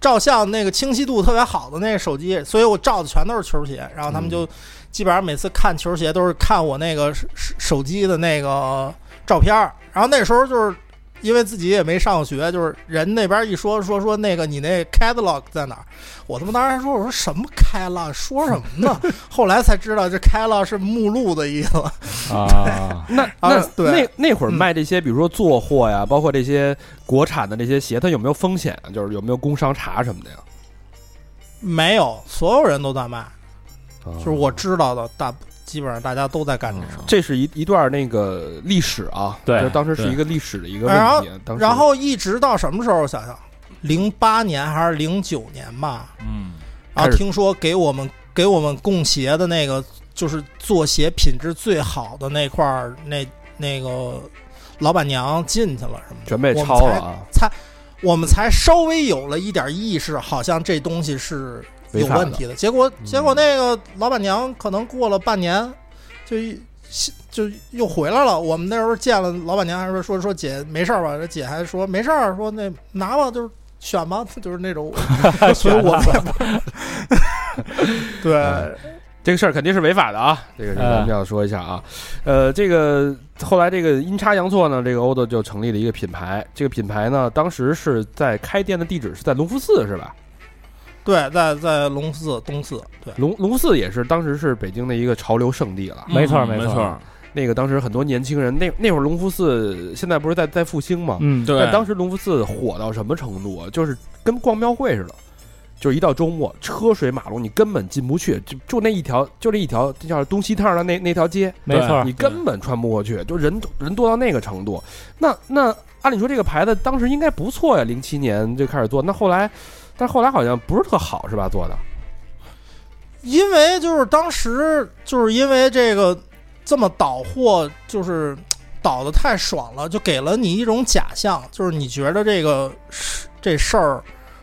E: 照相那个清晰度特别好的那个手机，所以我照的全都是球鞋。然后他们就基本上每次看球鞋都是看我那个手手手机的那个照片儿。然后那时候就是因为自己也没上过学，就是人那边一说说说那个你那 catalog 在哪儿，我他妈当时还说我说什么 catalog 说什么呢？ *laughs* 后来才知道这 catalog 是目录的意思。 *laughs*
D: 啊，
C: 那
E: 啊
C: 那
E: 对
C: 那那会儿
E: 嗯
C: 卖这些，比如说做货呀，包括这些国产的这些鞋，它有没有风险啊？就是有没有工商查什么的呀？
E: 没有，所有人都在卖，
C: 就
E: 就是我知道的大，基本上大家都在干这事儿。
C: 这是一一段那个历史啊，
D: 对
C: 就是当时是
B: 对
C: 一个历史的一个
E: 然
C: 问
E: 后
C: 题。啊当时
E: 然后一直到什么时候？我想想，零八年还是零九年吧。
B: 嗯，
E: 然
C: 开
E: 后
C: 始
E: 听说给我们给我们供鞋的那个，就是做鞋品质最好的那块儿，那那个老板娘进去了什么的，
C: 全被
E: 我们
C: 抄了啊，
E: 才我们才稍微有了一点意识，好像这东西是有问题的。结果结果那个老板娘可能过了半年，就一就又回来了。我们那时候见了老板娘，还说说说姐没事儿吧？这姐还说没事儿，说那拿吧，就是选吧， *laughs* 就是那种。所以我们也不对，
C: 这个事儿肯定是违法的啊，这个是咱们要说一下啊。呃，这个后来这个阴差阳错呢，这个欧斗就成立了一个品牌，这个品牌呢，当时是在开店的地址是在隆福寺是吧？
E: 对，在在龙寺东寺，对，
C: 隆隆福寺也是当时是北京的一个潮流圣地了。
D: 没错
B: 嗯
D: 没
B: 没
D: 错
B: 错，
C: 那个当时很多年轻人，那那会儿隆福寺现在不是在在复兴吗？
D: 嗯，
B: 对，
C: 但当时隆福寺火到什么程度啊？就是跟逛庙会似的，就是一到周末车水马龙，你根本进不去，就就那一条，就那一条，这叫东西趟的那那条街，
D: 没错
C: 你根本穿不过去，就人人多到那个程度。那那按理说这个牌子当时应该不错呀，零七年就开始做，那后来，但后来好像不是特好是吧？做的，
E: 因为就是当时就是因为这个这么倒货，就是倒的太爽了，就给了你一种假象，就是你觉得这个事这事儿，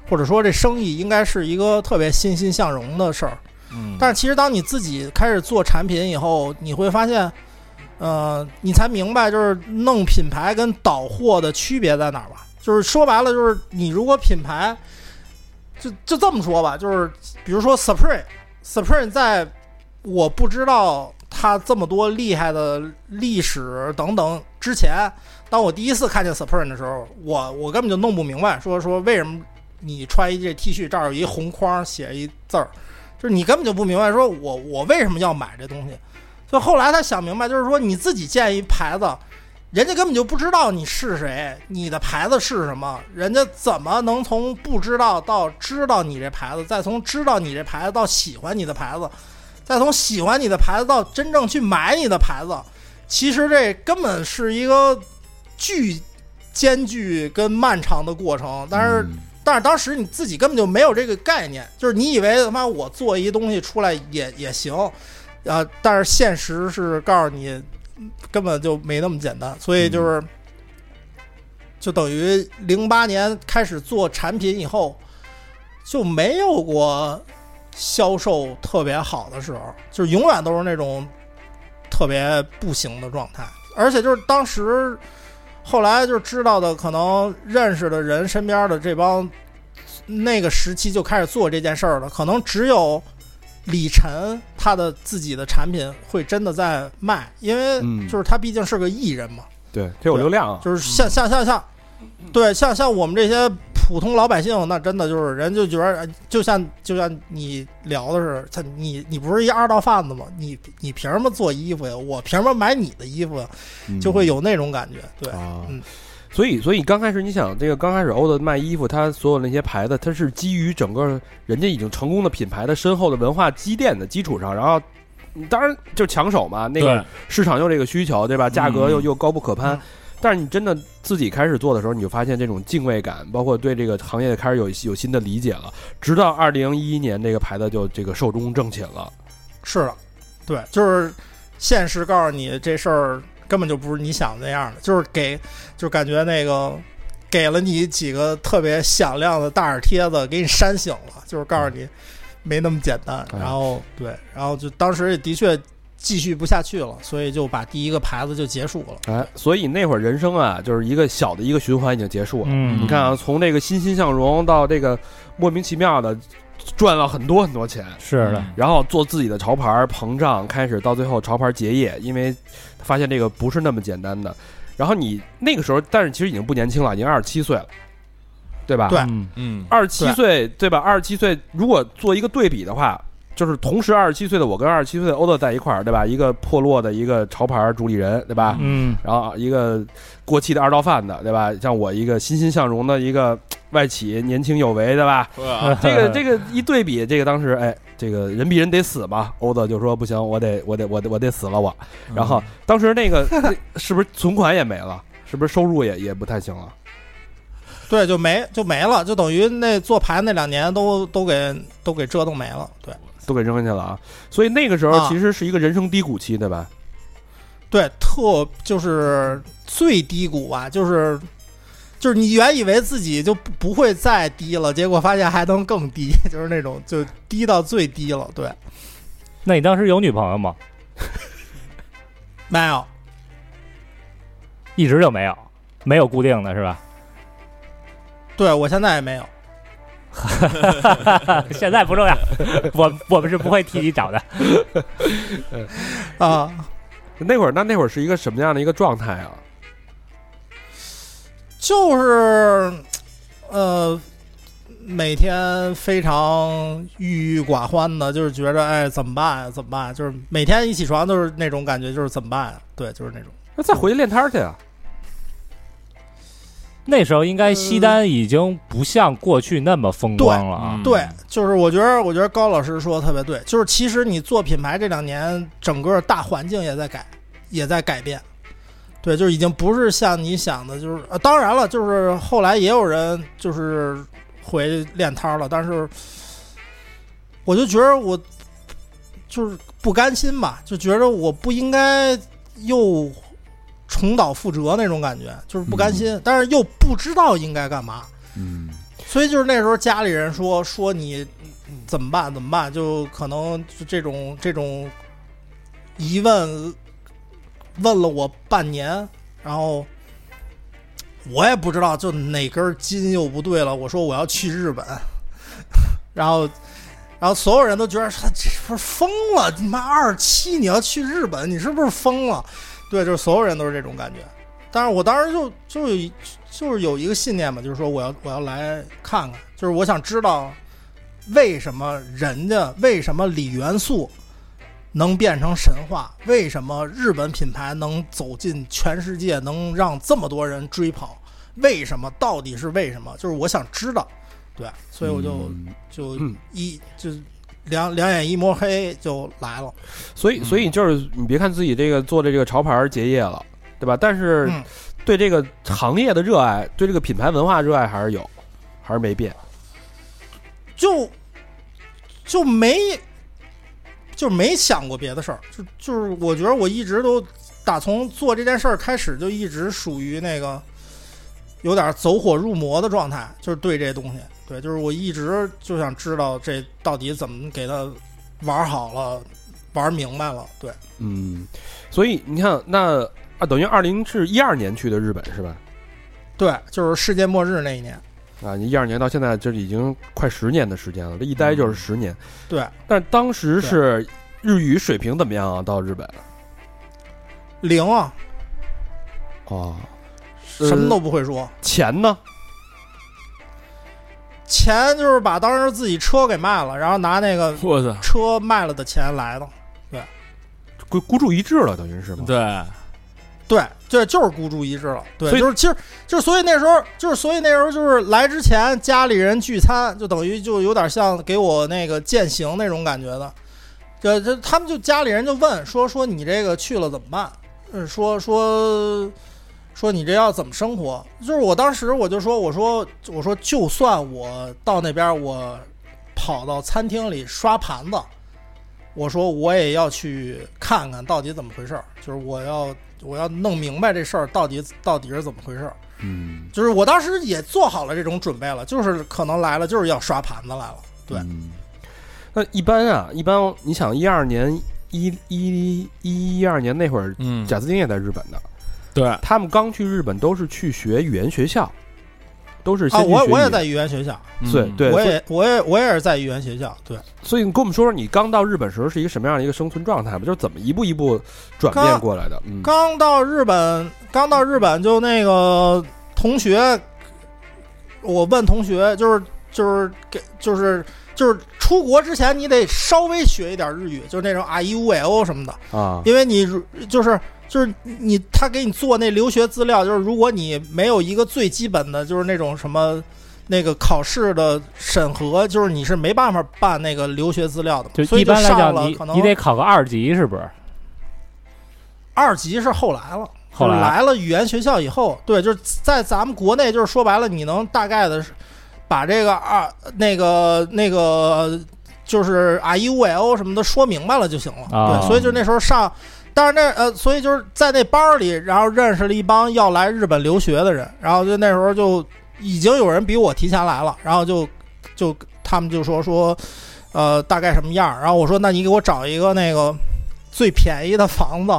E: 或者说这生意应该是一个特别欣欣向荣的事儿。
B: 嗯，
E: 但是其实当你自己开始做产品以后，你会发现，呃，你才明白就是弄品牌跟倒货的区别在哪儿吧。就是说白了，就是你如果品牌，就就这么说吧，就是比如说 Supreme，Supreme 在我不知道它这么多厉害的历史等等之前，当我第一次看见 Supreme 的时候，我我根本就弄不明白，说说为什么你穿一这 T 恤，这儿有一红框写一字儿，就是你根本就不明白，说我我为什么要买这东西。所以后来他想明白，就是说你自己建一牌子，人家根本就不知道你是谁，你的牌子是什么，人家怎么能从不知道到知道你这牌子，再从知道你这牌子到喜欢你的牌子，再从喜欢你的牌子到真正去买你的牌子，其实这根本是一个巨艰巨跟漫长的过程。但是但是当时你自己根本就没有这个概念，就是你以为他妈我做一东西出来也也行，呃，但是现实是告诉你嗯根本就没那么简单，所以就是、就等于零八年开始做产品以后，就没有过销售特别好的时候，就是永远都是那种特别不行的状态，而且就是当时后来就知道的，可能认识的人身边的这帮那个时期就开始做这件事儿了，可能只有李晨他的自己的产品会真的在卖，因为
C: 嗯
E: 就是他毕竟是个艺人嘛，
C: 对，这有流量啊，
E: 就是像像像像，对，像像我们这些普通老百姓，那真的就是人就觉得，哎就像就像你聊的是，他你你不是一二道贩子吗？你你凭什么做衣服呀？我凭什么买你的衣服呀？就
B: 嗯
E: 会有那种感觉，对。
C: 啊
E: 嗯
C: 所以，所以刚开始你想，这个刚开始欧的卖衣服，它所有那些牌子，它是基于整个人家已经成功的品牌的深厚的文化积淀的基础上，然后嗯当然就抢手嘛，那个
B: 对
C: 市场又这个需求，对吧？价格又又高不可攀。
E: 嗯
C: 但是你真的自己开始做的时候，你就发现这种敬畏感，包括对这个行业开始有有新的理解了。直到二零一一年，这个牌子就这个寿终正寝了。
E: 是的，对，就是现实告诉你这事儿根本就不是你想的那样的，就是给，就感觉那个给了你几个特别响亮的大耳贴子，给你扇醒了，就是告诉你没那么简单。
C: 哎
E: 然后对，然后就当时也的确继续不下去了，所以就把第一个牌子就结束了。
C: 哎，所以那会儿人生啊，就是一个小的一个循环已经结束了。
D: 嗯，
C: 你看啊，从这个欣欣向荣到这个莫名其妙的赚了很多很多钱，
D: 是的，
C: 然后做自己的潮牌儿膨胀，开始到最后潮牌儿结业，因为发现这个不是那么简单的。然后你那个时候，但是其实已经不年轻了，已经二十七岁了，对吧？
E: 对
D: 嗯
B: 嗯，
C: 二十七岁对吧？二十七岁如果做一个对比的话，就是同时二十七岁的我跟二十七岁的欧德在一块儿，对吧？一个破落的一个潮牌儿主理人，对吧？
D: 嗯
C: 然后一个过气的二道贩子，对吧？像我一个欣欣向荣的一个外企年轻有为，对吧？
D: 嗯
B: 呵
C: 这个这个一对比，这个当时哎，这个人比人得死嘛。欧子就说不行，我得我得我得我得死了我。
B: 嗯
C: 然后当时那个 *laughs* 那是不是存款也没了？是不是收入也也不太行了？
E: 对，就没就没了，就等于那做牌那两年都都给都给折腾没了。对
C: 都给扔进去了啊！所以那个时候
E: 啊
C: 其实是一个人生低谷期，对吧？
E: 对，特就是最低谷吧，就是就是你原以为自己就不不会再低了，结果发现还能更低， *laughs* 就是那种就低到最低了。对，
D: 那你当时有女朋友吗？
E: 没有，
D: 一直就没有，没有固定的是吧？
E: 对我现在也没有。
D: *laughs* 现在不重要， *laughs* 我我们是不会替你找的。
E: 啊，
C: 那会儿那那会儿是一个什么样的一个状态啊？
E: 就是呃，每天非常郁郁寡欢的，就是觉着哎怎么办呀？怎么办呀？就是每天一起床都是那种感觉，就是怎么办呀？对，就是那种。
C: 那再回去练摊儿去啊！
D: 那时候应该西单已经不像过去那么风光了啊。
E: 对，就是我觉得，我觉得高老师说的特别对，就是其实你做品牌这两年，整个大环境也在改，也在改变。对，就是已经不是像你想的，就是、呃、当然了，就是后来也有人就是回练摊儿了，但是我就觉得我就是不甘心吧，就觉得我不应该又重蹈覆辙那种感觉，就是不甘心，但是又不知道应该干嘛。
A: 嗯，
E: 所以就是那时候家里人说说你怎么办怎么办，就可能就这种这种疑问问了我半年，然后我也不知道就哪根筋又不对了。我说我要去日本，然后然后所有人都觉得说这不是疯了？你妈二七你要去日本，你是不是疯了？对，就是所有人都是这种感觉。但是我当时就就有就是有一个信念嘛，就是说我要我要来看看，就是我想知道为什么人家为什么李元素能变成神话，为什么日本品牌能走进全世界，能让这么多人追捧，为什么？到底是为什么？就是我想知道，对，所以我就、
A: 嗯
E: 就
C: 嗯
E: 一就两两眼一抹黑就来了。
C: 所以所以就是你别看自己这个做的这个潮牌儿结业了，对吧？但是
E: 嗯
C: 对这个行业的热爱，对这个品牌文化热爱还是有，还是没变。
E: 就就没就没想过别的事儿，就就是我觉得我一直都打从做这件事儿开始，就一直属于那个有点走火入魔的状态，就是对这东西，对，就是我一直就想知道这到底怎么给它玩好了，玩明白了，对，
C: 嗯，所以你看，那啊，等于二零是一二年去的日本是吧？
E: 对，就是世界末日那一年，
C: 啊，你一二年到现在，这已经快十年的时间了，这一待
B: 嗯
C: 就是十年。
E: 对，
C: 但当时是日语水平怎么样啊？到日本
E: 零啊，
C: 哦，
E: 什么都不会说。
C: 钱呢？
E: 钱就是把当时自己车给卖了，然后拿那个
B: 我操，
E: 车卖了的钱来的。
C: 孤孤注一掷了，等于是吗？
B: 对，
E: 对对，就是孤注一掷了。对，
C: 所以
E: 就是其实就是所以那时候就是所以那时候就是来之前家里人聚餐，就等于就有点像给我那个践行那种感觉的。这这他们就家里人就问说说你这个去了怎么办？嗯，说说说你这要怎么生活？就是我当时我就说我说我说就算我到那边我跑到餐厅里刷盘子，我说我也要去看看到底怎么回事儿，就是我要我要弄明白这事儿到底到底是怎么回事儿。
A: 嗯，
E: 就是我当时也做好了这种准备了，就是可能来了就是要刷盘子来了。对
A: 嗯
C: 那一般啊，一般你想一二年一一一一二年那会儿，
B: 嗯
C: 贾斯汀也在日本呢。
B: 对，
C: 他们刚去日本都是去学语言学校，都是先
E: 啊，
C: 去
E: 我
C: 学
E: 我
C: 语
E: 也
C: 言
E: 在语言学校，
C: 对
B: 嗯
C: 对，所
E: 我
C: 以
E: 也我也我也是在语言学校，对，
C: 所以你跟我们说说你刚到日本时候是一个什么样的一个生存状态吧？就是怎么一步一步转变
E: 刚
C: 过来的？嗯，
E: 刚到日本，刚到日本就那个同学，我问同学，就是就是给就是就是出国之前，你得稍微学一点日语，就是那种啊 u a o 什么的，
C: 啊，
E: 因为你如就是就是你他给你做那留学资料，就是如果你没有一个最基本的，就是那种什么。那个考试的审核，就是你是没办法办那个留学资料的嘛，
D: 就
E: 所以
D: 一般来
E: 上
D: 讲，
E: 了
D: 你
E: 可能
D: 你得考个二级，是不是？
E: 二级是后来了。
D: 后
E: 就是
D: 来啊
E: 来了语言学校以后，对，就是在咱们国内，就是说白了，你能大概的把这个二那个那个就是 I U I O 什么的说明白了就行了。
D: 啊
E: 对，所以就那时候上，但是那呃，所以就是在那班儿里，然后认识了一帮要来日本留学的人，然后就那时候就已经有人比我提前来了，然后就就他们就说说。呃，大概什么样儿？然后我说，那你给我找一个那个最便宜的房子。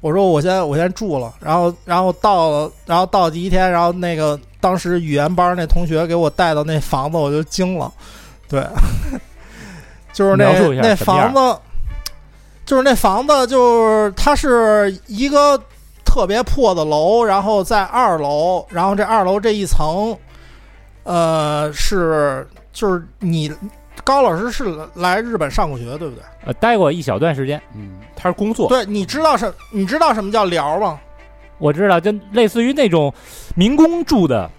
E: 我说我先我先住了，然后然后到了，然后到第一天，然后那个当时语言班那同学给我带到那房子，我就惊了，对， *laughs* 就是那
D: 描述一下
E: 那
D: 什么样
E: 房子，就是那房子，就是它是一个特别破的楼，然后在二楼，然后这二楼这一层，呃，是就是你高老师是来日本上过学，对不对？
D: 呃待过一小段时间，
C: 嗯，他是工作，
E: 对，你知道什你知道什么叫聊吗？
D: 我知道，就类似于那种民工住的，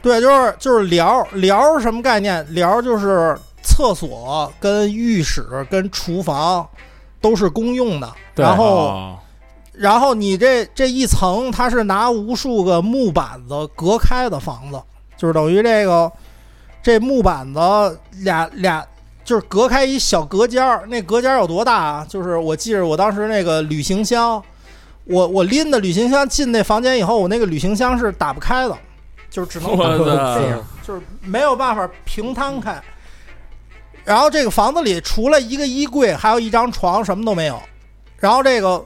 E: 对，就是就是聊聊是什么概念？聊就是厕所、跟浴室、跟厨房都是公用的，
D: 对
E: 然后
B: 哦
E: 然后你这这一层它是拿无数个木板子隔开的房子，就是等于这个这木板子俩俩。就是隔开一小隔间儿，那隔间儿有多大啊？就是我记着我当时那个旅行箱，我我拎的旅行箱进那房间以后，我那个旅行箱是打不开的，就是只能
B: 我
E: 打
B: 操
E: 这样，就是没有办法平摊开。然后这个房子里除了一个衣柜，还有一张床，什么都没有。然后这个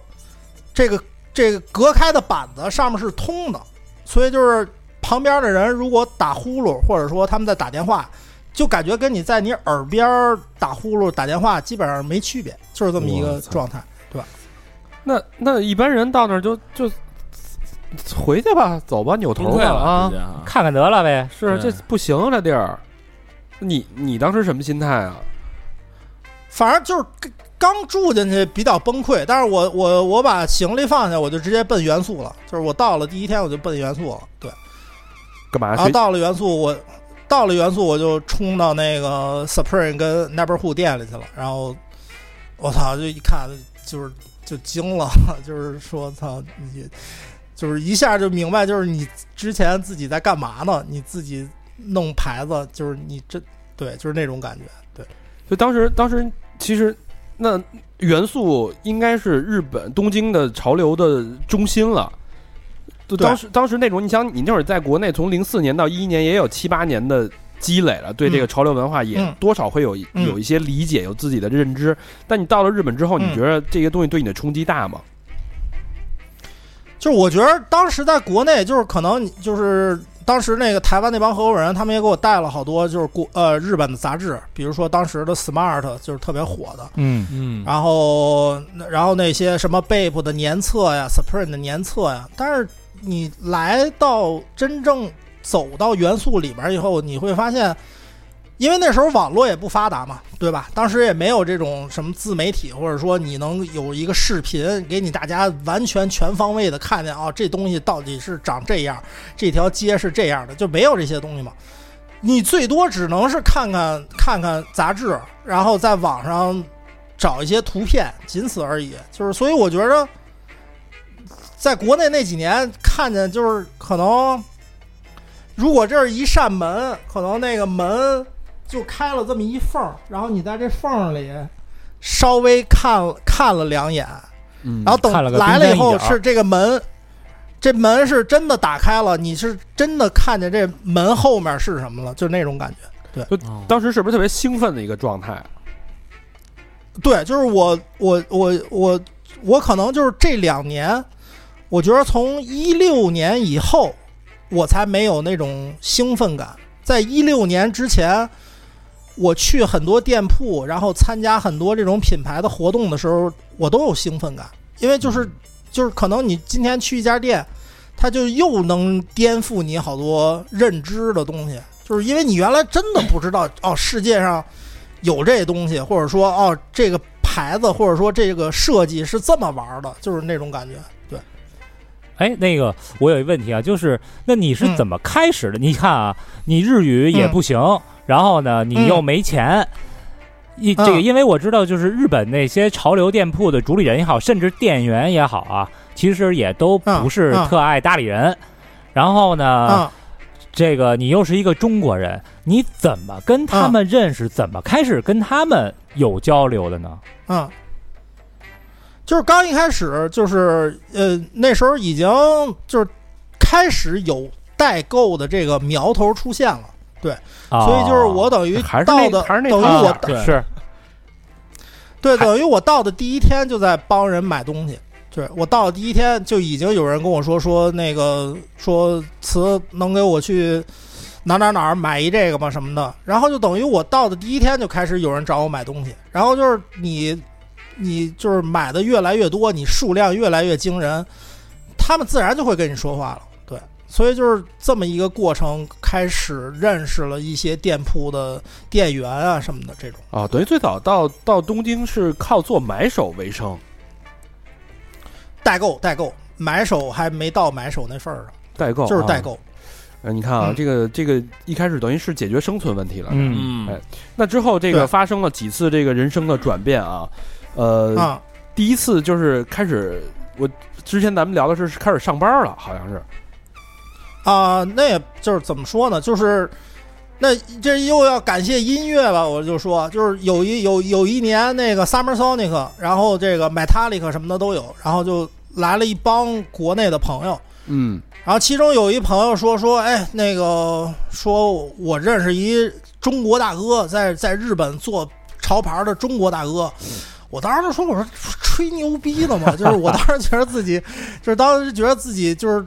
E: 这个这个隔开的板子上面是通的，所以就是旁边的人如果打呼噜，或者说他们在打电话，就感觉跟你在你耳边儿打呼噜、打电话基本上没区别，就是这么一
C: 我
E: 个
C: 操
E: 状态。
C: 那那一般人到那儿就就回去吧，走吧，扭
B: 崩
C: 头
B: 溃
C: 吧
B: 了
C: 啊
B: 直，接啊
D: 看看得了呗。
C: 是这
B: 对
C: 不行啊，这地儿。你你当时什么心态啊？
E: 反正就是刚刚住进去比较崩溃，但是我我我把行李放下，我就直接奔元素了。就是我到了第一天我就奔元素了，对，
C: 干嘛
E: 然后
C: 啊谁
E: 啊到了元素我。到了元素，我就冲到那个 Supreme 跟 Neighborhood 店里去了，然后我操，就一看就是就惊了， *laughs* 就是说操你，就是一下就明白，就是你之前自己在干嘛呢？你自己弄牌子，就是你这对，就是那种感觉。
C: 就当时当时其实那元素应该是日本东京的潮流的中心了。就
E: 对
C: 当时当时那种，你想你那会儿在国内，从零四年到一一年也有七八年的积累了，对这个潮流文化也
E: 嗯
C: 多少会有、
E: 嗯
C: 有一些理解，有自己的认知。但你到了日本之后，你
E: 嗯
C: 觉得这些东西对你的冲击大吗？
E: 就是我觉得当时在国内，就是可能你就是当时那个台湾那帮合伙人，他们也给我带了好多就是国呃日本的杂志，比如说当时的 Smart 就是特别火的，
D: 嗯，
B: 嗯，
E: 然后然后那些什么 Bape 的年册呀、Spring 的年册呀，但是你来到真正走到元素里边以后，你会发现。因为那时候网络也不发达嘛，对吧？当时也没有这种什么自媒体，或者说你能有一个视频给你大家完全全方位的看见啊，这东西到底是长这样，这条街是这样的，就没有这些东西嘛。你最多只能是看看看看杂志，然后在网上找一些图片，仅此而已。就是，所以我觉着，在国内那几年看见，就是可能，如果这是一扇门，可能那个门就开了这么一缝儿，然后你在这缝儿里稍微看看了两眼，
C: 嗯
E: 然后等
D: 看了个
E: 来了以后
D: 冰山一角
E: 是这个门，这门是真的打开了，你是真的看见这门后面是
C: 哦
E: 什么了，就那种感觉。
C: 当时是不是特别兴奋的一个状态？
E: 对，就是我我我我我可能就是这两年，我觉得从一六年以后，我才没有那种兴奋感。在一六年之前，我去很多店铺，然后参加很多这种品牌的活动的时候，我都有兴奋感，因为就是就是可能你今天去一家店，它就又能颠覆你好多认知的东西，就是因为你原来真的不知道哦，世界上有这东西，或者说哦这个牌子，或者说这个设计是这么玩儿的，就是那种感觉。对，
D: 哎，那个我有一问题啊，就是那你是
E: 嗯
D: 怎么开始的？你看啊，你日语也不行，然后呢，你又没钱。一这个，
E: 嗯
D: 因为我知道，就是日本那些潮流店铺的主理人也好，甚至店员也好啊，其实也都不是
E: 嗯嗯
D: 特爱搭理人。然后呢，
C: 啊
E: 嗯，
D: 这个你又是一个中国人，你怎么跟他们认识？怎么开始跟他们有交流的呢？
E: 嗯，就是刚一开始，就是呃，那时候已经就是开始有代购的这个苗头出现了，
D: 啊，
E: 所以就是我等于
C: 还是
E: 到
C: 那
E: 的，
C: 还是那
E: 等于
C: 套
E: 我
C: 路
D: 对
C: 对
D: 啊是
E: 对，等于我到的第一天就在帮人买东西。对我到的第一天就已经有人跟我说说那个说词能给我去哪哪哪儿买一这个吗什么的，然后就等于我到的第一天就开始有人找我买东西，然后就是你你就是买的越来越多，你数量越来越惊人，他们自然就会跟你说话了。对，所以就是这么一个过程，开始认识了一些店铺的店员啊什么的这种。
C: 啊，等于最早到到东京是靠做买手为生，
E: 代购，代购，买手还没到买手那份儿呢，
C: 代购
E: 就是代
C: 啊。
E: 购。
C: 呃你看啊，
E: 嗯
C: 这个这个一开始等于是解决生存问题了，
D: 嗯，
B: 嗯
C: 哎，那之后这个
E: 对
C: 发生了几次这个人生的转变啊，呃，
E: 啊，
C: 第一次就是开始，我之前咱们聊的是开始上班了，好像是
E: 啊、那也就是怎么说呢？就是那这又要感谢音乐了，我就说，就是有一有有一年那个 Summer Sonic，然后这个 Metallic 什么的都有，然后就来了一帮国内的朋友。
C: 嗯
E: 然后其中有一朋友说说，哎，那个说我认识一中国大哥，在在日本做潮牌的中国大哥，我当时就说我说吹牛逼呢嘛，就是我当时觉得自己，就是当时觉得自己就是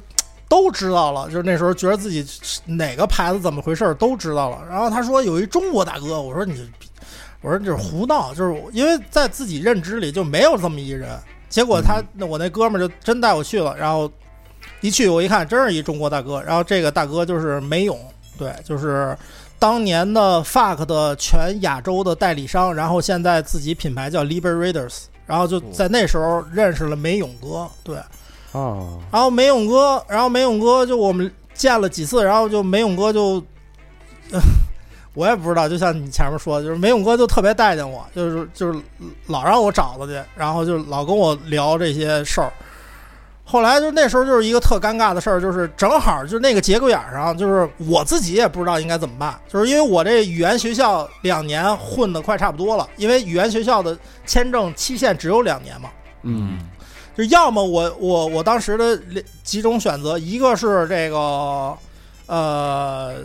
E: 都知道了，就是那时候觉得自己哪个牌子怎么回事儿都知道了。然后他说有一中国大哥，我说你，我说你这是胡闹，就是我因为在自己认知里就没有这么一人。结果他那我那哥们儿就真带我去了，然后一去我一看，真是一中国大哥。然后这个大哥就是梅勇，对，就是当年的 FUCK 的全亚洲的代理商，然后现在自己品牌叫 Liberators，然后就在那时候认识了梅勇哥，对，
C: 啊，
E: 然后梅勇哥，然后梅勇哥就我们见了几次，然后就梅勇哥就， *laughs* 呃我也不知道，就像你前面说的，就是梅勇哥就特别待见我，就是就是老让我找他去，然后就老跟我聊这些事儿。后来就那时候就是一个特尴尬的事儿，就是正好就那个节骨眼儿上，就是我自己也不知道应该怎么办，就是因为我这语言学校两年混的快差不多了，因为语言学校的签证期限只有两年嘛，
C: 嗯
E: 就要么我我我当时的两几种选择，一个是这个呃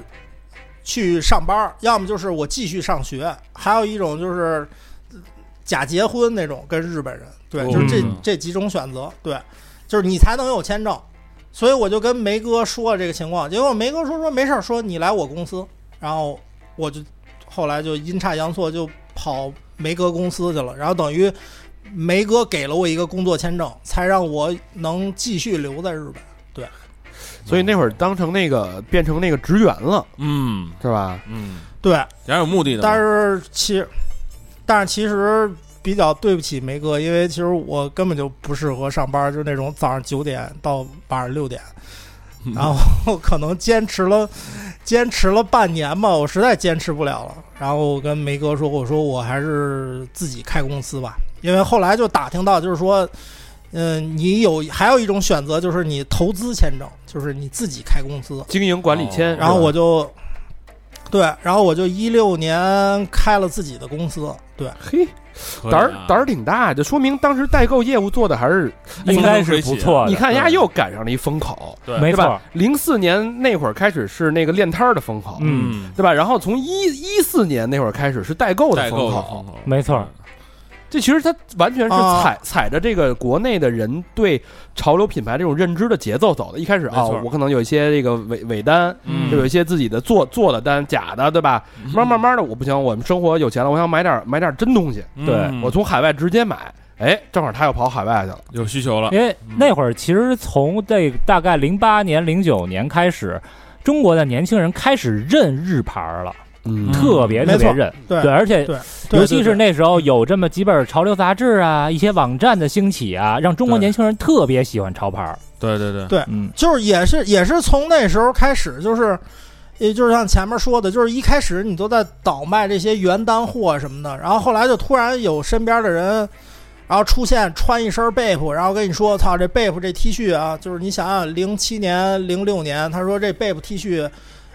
E: 去上班儿，要么就是我继续上学，还有一种就是呃假结婚那种跟日本人，对，
B: 哦
E: 就是这、
D: 嗯
E: 这几种选择，对，就是你才能有签证。所以我就跟梅哥说了这个情况，结果梅哥说说没事儿，说你来我公司，然后我就后来就阴差阳错就跑梅哥公司去了，然后等于梅哥给了我一个工作签证，才让我能继续留在日本。
C: 所以那会儿当成那个变成那个职员了，
B: 嗯
C: 是吧？
B: 嗯，
E: 对，
B: 点有目的的嘛，
E: 但是其但是其实比较对不起梅哥，因为其实我根本就不适合上班，就是那种早上九点到晚上六点，
B: 嗯
E: 然后可能坚持了坚持了半年吧，我实在坚持不了了。然后我跟梅哥说，我说我还是自己开公司吧，因为后来就打听到，就是说。嗯，你有还有一种选择，就是你投资签证，就是你自己开公司。
C: 经营管理签，
B: 哦
E: 然后我就，对，然后我就一六年开了自己的公司，对，
C: 嘿
B: 可以
C: 胆儿
B: 啊
C: 胆儿挺大，就说明当时代购业务做的还是，
D: 应该
E: 嗯
D: 是不错的。
C: 你看人家又赶上了一风口，
B: 对
D: 没
C: 对
D: 错
C: 吧，？零四年那会儿开始是那个练摊儿的风口，
D: 嗯
B: 嗯，
C: 对吧？然后从一一四年那会儿开始是代购的
B: 代
D: 嗯
C: 风
B: 购的
C: 口，
B: 风口
D: 没错，
C: 这其实它完全是
E: 啊
C: 踩踩着这个国内的人对潮流品牌这种认知的节奏走的。一开始啊，
B: 没错
C: 我可能有一些这个伪伪单，
B: 嗯
C: 就有一些自己的做做的单，假的，对吧？慢慢慢的，我不行，我们生活有钱了，我想买点买点真东西，
D: 对
B: 嗯
C: 我从海外直接买。哎，正好他又跑海外去了，
B: 有需求了，
D: 因为那会儿其实从这大概零八年、零九年开始，中国的年轻人开始认日牌儿了，
C: 嗯
D: 特别
E: 没
D: 特别
E: 错
D: 认。
E: 对
D: 对，而且
E: 对
D: 尤其是那时候有这么几本潮流杂志啊，一些网站的兴起啊，让中国
B: 对
D: 年轻人特别喜欢潮牌儿。
B: 对对对，
D: 嗯，
E: 就是也是也是从那时候开始，就是，也就是像前面说的，就是一开始你都在倒卖这些原单货什么的，然后后来就突然有身边的人，然后出现穿一身贝普，然后跟你说，操，这贝普这 T 恤啊，就是你想想零七年、零六年，他说这贝普 T 恤，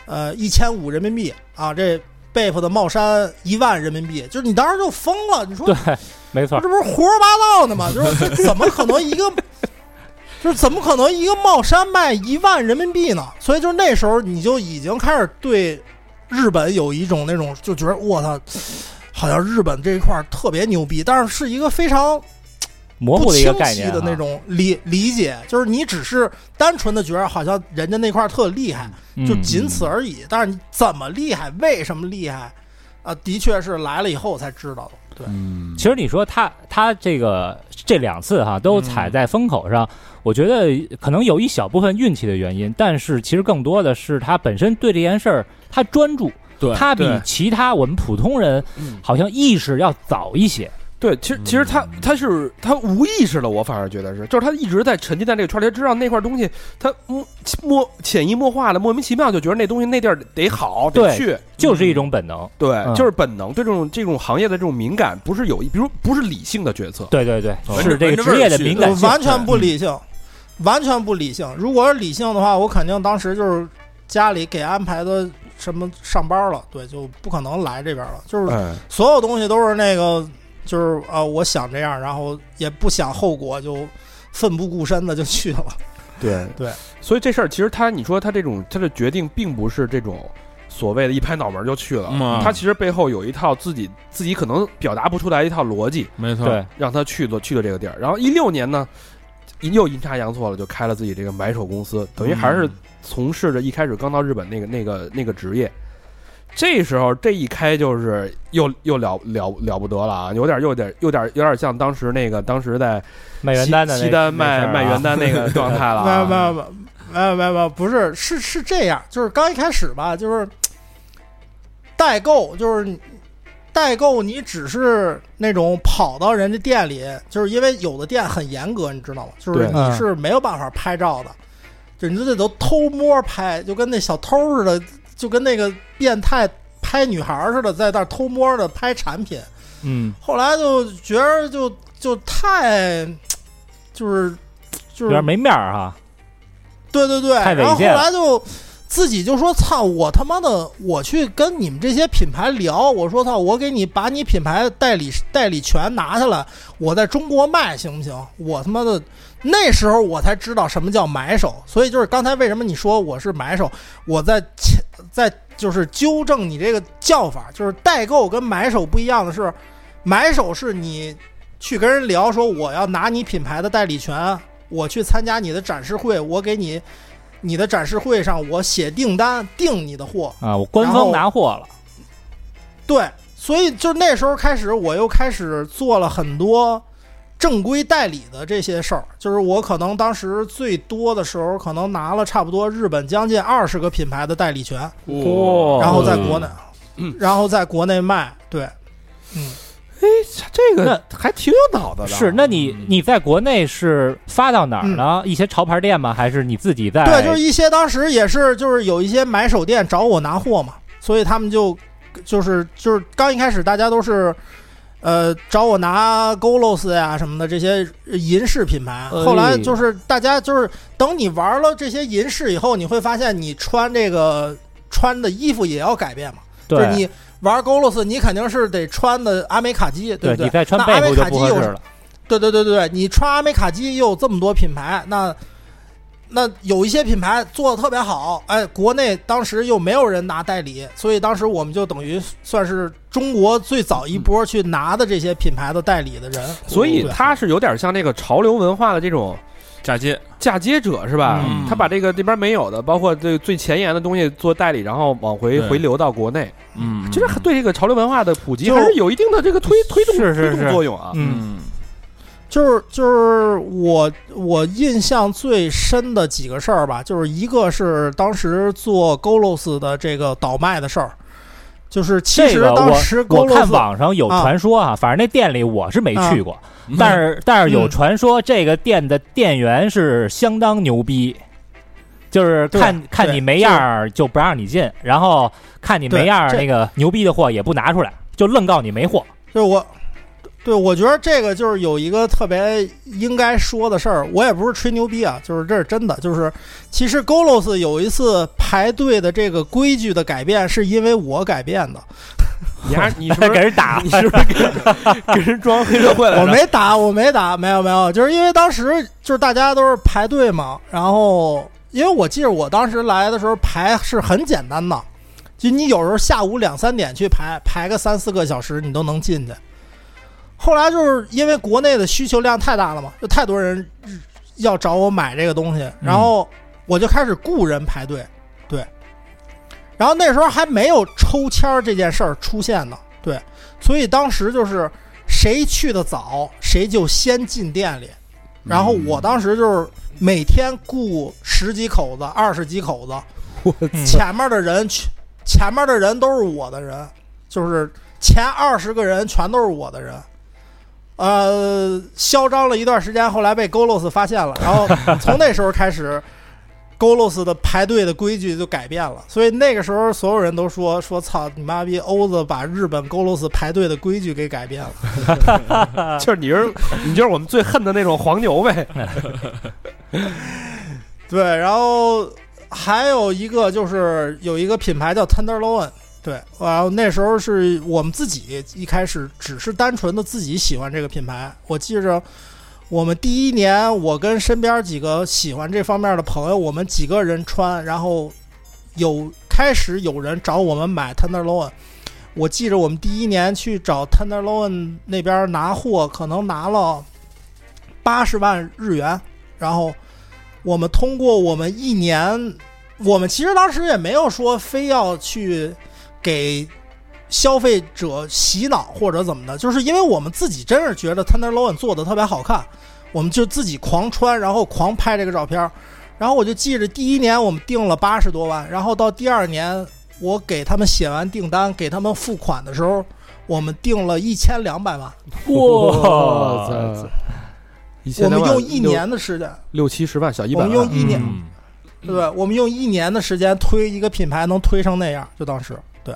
E: 呃，一千五人民币啊，这贝普的帽衫一万人民币，就是你当时就疯了，你说
D: 对，没错儿。
E: 这不是胡说八道呢吗？就是这怎么可能一个，就是怎么可能一个帽衫卖一万人民币呢？所以就是那时候你就已经开始对日本有一种那种就觉得我操，好像日本这一块儿特别牛逼，但是是一个非常
D: 模
E: 不
D: 糊的一
E: 清
D: 个概
E: 晰
D: 念、啊、
E: 的那种理理解，就是你只是单纯的觉得好像人家那块儿特厉害，
D: 嗯，
E: 就仅此而已。但是你怎么厉害，为什么厉害，啊，的确是来了以后才知道的。对，
A: 嗯，
D: 其实你说他他这个这两次哈都踩在风口上，我觉得可能有一小部分运气的原因，但是其实更多的是他本身对这件事儿他专注，
B: 对
D: 他比
B: 对
D: 其他我们普通人
B: 嗯
D: 好像意识要早一些。
C: 对，其实其实他
B: 嗯
C: 他是他无意识的，我反而觉得是，就是他一直在沉浸在这个圈里，他知道那块东西，他默默潜移默化的莫名其妙就觉得那东西那地儿得好得
D: 对
C: 去，
D: 就是一种本能，
C: 对，
D: 嗯
C: 就是本能对这种这种行业的这种敏感，不是有意，比如不是理性的决策，
D: 对对对，
B: 哦
D: 是这
B: 闻
D: 个
B: 着
D: 职业
B: 味
D: 的
B: 儿去
D: *laughs* 敏
E: 我
D: 感性。
E: 完全不理性，完全不理性。如果是理性的话，我肯定当时就是家里给安排的什么上班了，对，就不可能来这边了。就是
C: 哎，
E: 所有东西都是那个，就是啊、呃我想这样，然后也不想后果，就奋不顾身的就去了。
C: 对
E: 对，
C: 所以这事儿其实他，你说他这种他的决定，并不是这种所谓的一拍脑门就去了，
B: 嗯啊
C: 他其实背后有一套自己自己可能表达不出来一套逻辑，
B: 没错，
D: 嗯对，
C: 让他去了去了这个地儿。然后一六年呢，又阴差阳错了，就开了自己这个买手公司，等于还是从事着一开始刚到日本那个那个那个职业。这时候这一开就是又又了了了不得了啊，有点有点有点有点像当时那个当时在
D: 卖
C: 西
D: 原单的那
C: 西单卖
D: 那事儿啊
C: 卖原单那个状态了、
E: 没
C: *laughs*
E: 有
C: 啊。
E: 没有没有没有没有没有，不是是是这样，就是刚一开始吧，就是代购，就是你代购，你只是那种跑到人家店里，就是因为有的店很严格，你知道吗？就是
C: 对
E: 你
D: 嗯
E: 是没有办法拍照的，就你这都偷摸拍，就跟那小偷似的，就跟那个变态拍女孩似的，在那儿偷摸的拍产品。
D: 嗯，
E: 后来就觉得就就太就是就
D: 有
E: 是
D: 点没面儿哈。
E: 对对对，
D: 太
E: 然
D: 猥
E: 后后
D: 亵了
E: 来就自己就说：“操，我他妈的，我去跟你们这些品牌聊，我说操，我给你把你品牌代理代理权拿下来，我在中国卖行不行？”我他妈的那时候我才知道什么叫买手，所以就是刚才为什么你说我是买手，我在切在就是纠正你这个叫法，就是代购跟买手不一样的是，买手是你去跟人聊说我要拿你品牌的代理权。我去参加你的展示会，我给你你的展示会上，我写订单订你的货。
D: 啊，我官
E: 然后
D: 方拿货了，
E: 对，所以就那时候开始，我又开始做了很多正规代理的这些事儿。就是我可能当时最多的时候，可能拿了差不多日本将近二十个品牌的代理权，
C: 哦
B: 哇
E: 然后在国内，
C: 嗯
E: 然后在国内卖。对，嗯，
C: 这个还挺有脑子的。啊
D: 是，那你
B: 嗯
D: 你在国内是发到哪儿呢？一些潮牌店吗？还是你自己在？
E: 嗯对，就是一些当时也是就是有一些买手店找我拿货嘛，所以他们就就是就是刚一开始大家都是。呃，找我拿 Golos 呀什么的这些银饰品牌，
D: 哎
E: 后来就是大家就是等你玩了这些银饰以后，你会发现你穿这个穿的衣服也要改变嘛。就是
D: 对
E: 你玩 Golos，你肯定是得穿的阿美卡基，不对？
D: 你再穿
E: 那
D: 背
E: 阿美
D: 部就
E: 卡
D: 不
E: 基
D: 合
E: 有
D: 适了。
E: 对对对对，对你穿阿美卡基又有这么多品牌，那那有一些品牌做的特别好，哎，国内当时又没有人拿代理，所以当时我们就等于算是中国最早一波去拿的这些品牌的代理的人。
C: 所以
E: 对
C: 他是有点像那个潮流文化的这种
B: 嫁接，
C: 嫁接者是吧？
D: 嗯
C: 他把这个这边没有的，包括这个最前沿的东西做代理，然后往回
B: 对
C: 回流到国内，
B: 嗯，
C: 其实还对这个潮流文化的普及
E: 就
C: 还是有一定的这个推推动
D: 是是是
C: 推动作用啊。
D: 嗯，
B: 嗯
E: 就是就是我我印象最深的几个事儿吧，就是一个是当时做 Golos 的这个倒卖的事儿，就是其
D: 这
E: 实
D: 个
E: 当时
D: 我
E: Golos
D: 我看网上有
E: 啊
D: 传说啊，反正那店里我是没去过，
B: 嗯
D: 但是但是有
E: 嗯
D: 传说这个店的店员是相当牛逼，就是
E: 对
D: 看看你没样儿就不让你进，然后看你没样儿
E: 对这
D: 那个牛逼的货也不拿出来，就愣告你没
E: *laughs*
D: 货。
E: 就是我，对我觉得这个就是有一个特别应该说的事儿，我也不是吹牛逼啊，就是这是真的，就是其实 Golos 有一次排队的这个规矩的改变，是因为我改变的，
C: 你还
D: *laughs*
C: 你是不
D: 给
C: 是
D: 人打
C: 你是
D: *laughs*
C: 不是给给人装黑社会来着？
E: 我没打，我没打，没有没有，就是因为当时就是大家都是排队嘛，然后因为我记得我当时来的时候排是很简单的，就你有时候下午两三点去排，排个三四个小时你都能进去。后来就是因为国内的需求量太大了嘛，就太多人要找我买这个东西，
C: 嗯
E: 然后我就开始雇人排队，对。然后那时候还没有抽签儿这件事儿出现呢，对，所以当时就是谁去的早，谁就先进店里。然后我当时就是每天雇十几口子、二十几口子，前面的人去，前面的人都是我的人，就是前二十个人全都是我的人。呃，嚣张了一段时间，后来被 Golos 发现了，然后从那时候开始，Golos 的排队的规矩就改变了。所以那个时候，所有人都说说操你妈逼，欧子把日本 Golos 排队的规矩给改变
C: *laughs*
E: 了。
C: 就是你是你就是我们最恨的那种黄牛呗。
E: 对，然后还有一个就是有一个品牌叫 Tenderloin，对，然后那时候是我们自己一开始只是单纯的自己喜欢这个品牌。我记着我们第一年，我跟身边几个喜欢这方面的朋友，我们几个人穿，然后有开始有人找我们买 Tenderloin。我记着我们第一年去找 Tenderloin 那边拿货，可能拿了八十万日元，然后我们通过我们一年，我们其实当时也没有说非要去给消费者洗脑或者怎么的，就是因为我们自己真是觉得 Tenderloin 做的特别好看，我们就自己狂穿，然后狂拍这个照片儿。然后我就记着第一年我们定了八十多万，然后到第二年我给他们写完订单，给他们付款的时候，我们定了一千两百万，
D: 哇
C: 操！一千
E: 我们
C: 两百
E: 用一
C: 六
E: 年的时间，
C: 六七十万小一
E: 我
C: 百
E: 们
C: 万
E: 用，一年，对吧？我们用一年的时间推一个品牌，能推成那样，就当时对，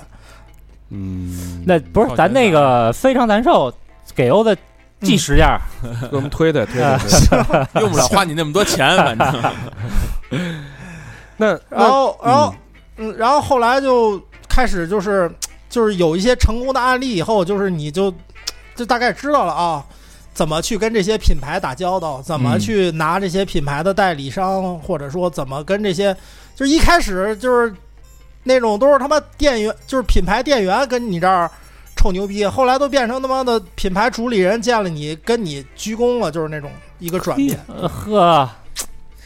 C: 嗯，
D: 那不是
B: 靠
D: 咱
B: 前
D: 那
B: 打
D: 个非常难受，给欧
E: 嗯
D: 子计时件儿，
C: *laughs* 给我们推推推推推。
B: 用不了花你那么多钱，反正
C: 那
E: 然
C: 那
E: 后然后嗯，然后后来就开始就是就是有一些成功的案例以后，就是你就就大概知道了啊。怎么去跟这些品牌打交道？怎么
B: 嗯
E: 去拿这些品牌的代理商，或者说怎么跟这些，就是一开始就是那种都是他妈店员，就是品牌店员跟你这儿臭牛逼，后来都变成他妈的品牌主理人见了你跟你鞠躬了，就是那种一个转变。
D: 呃呵，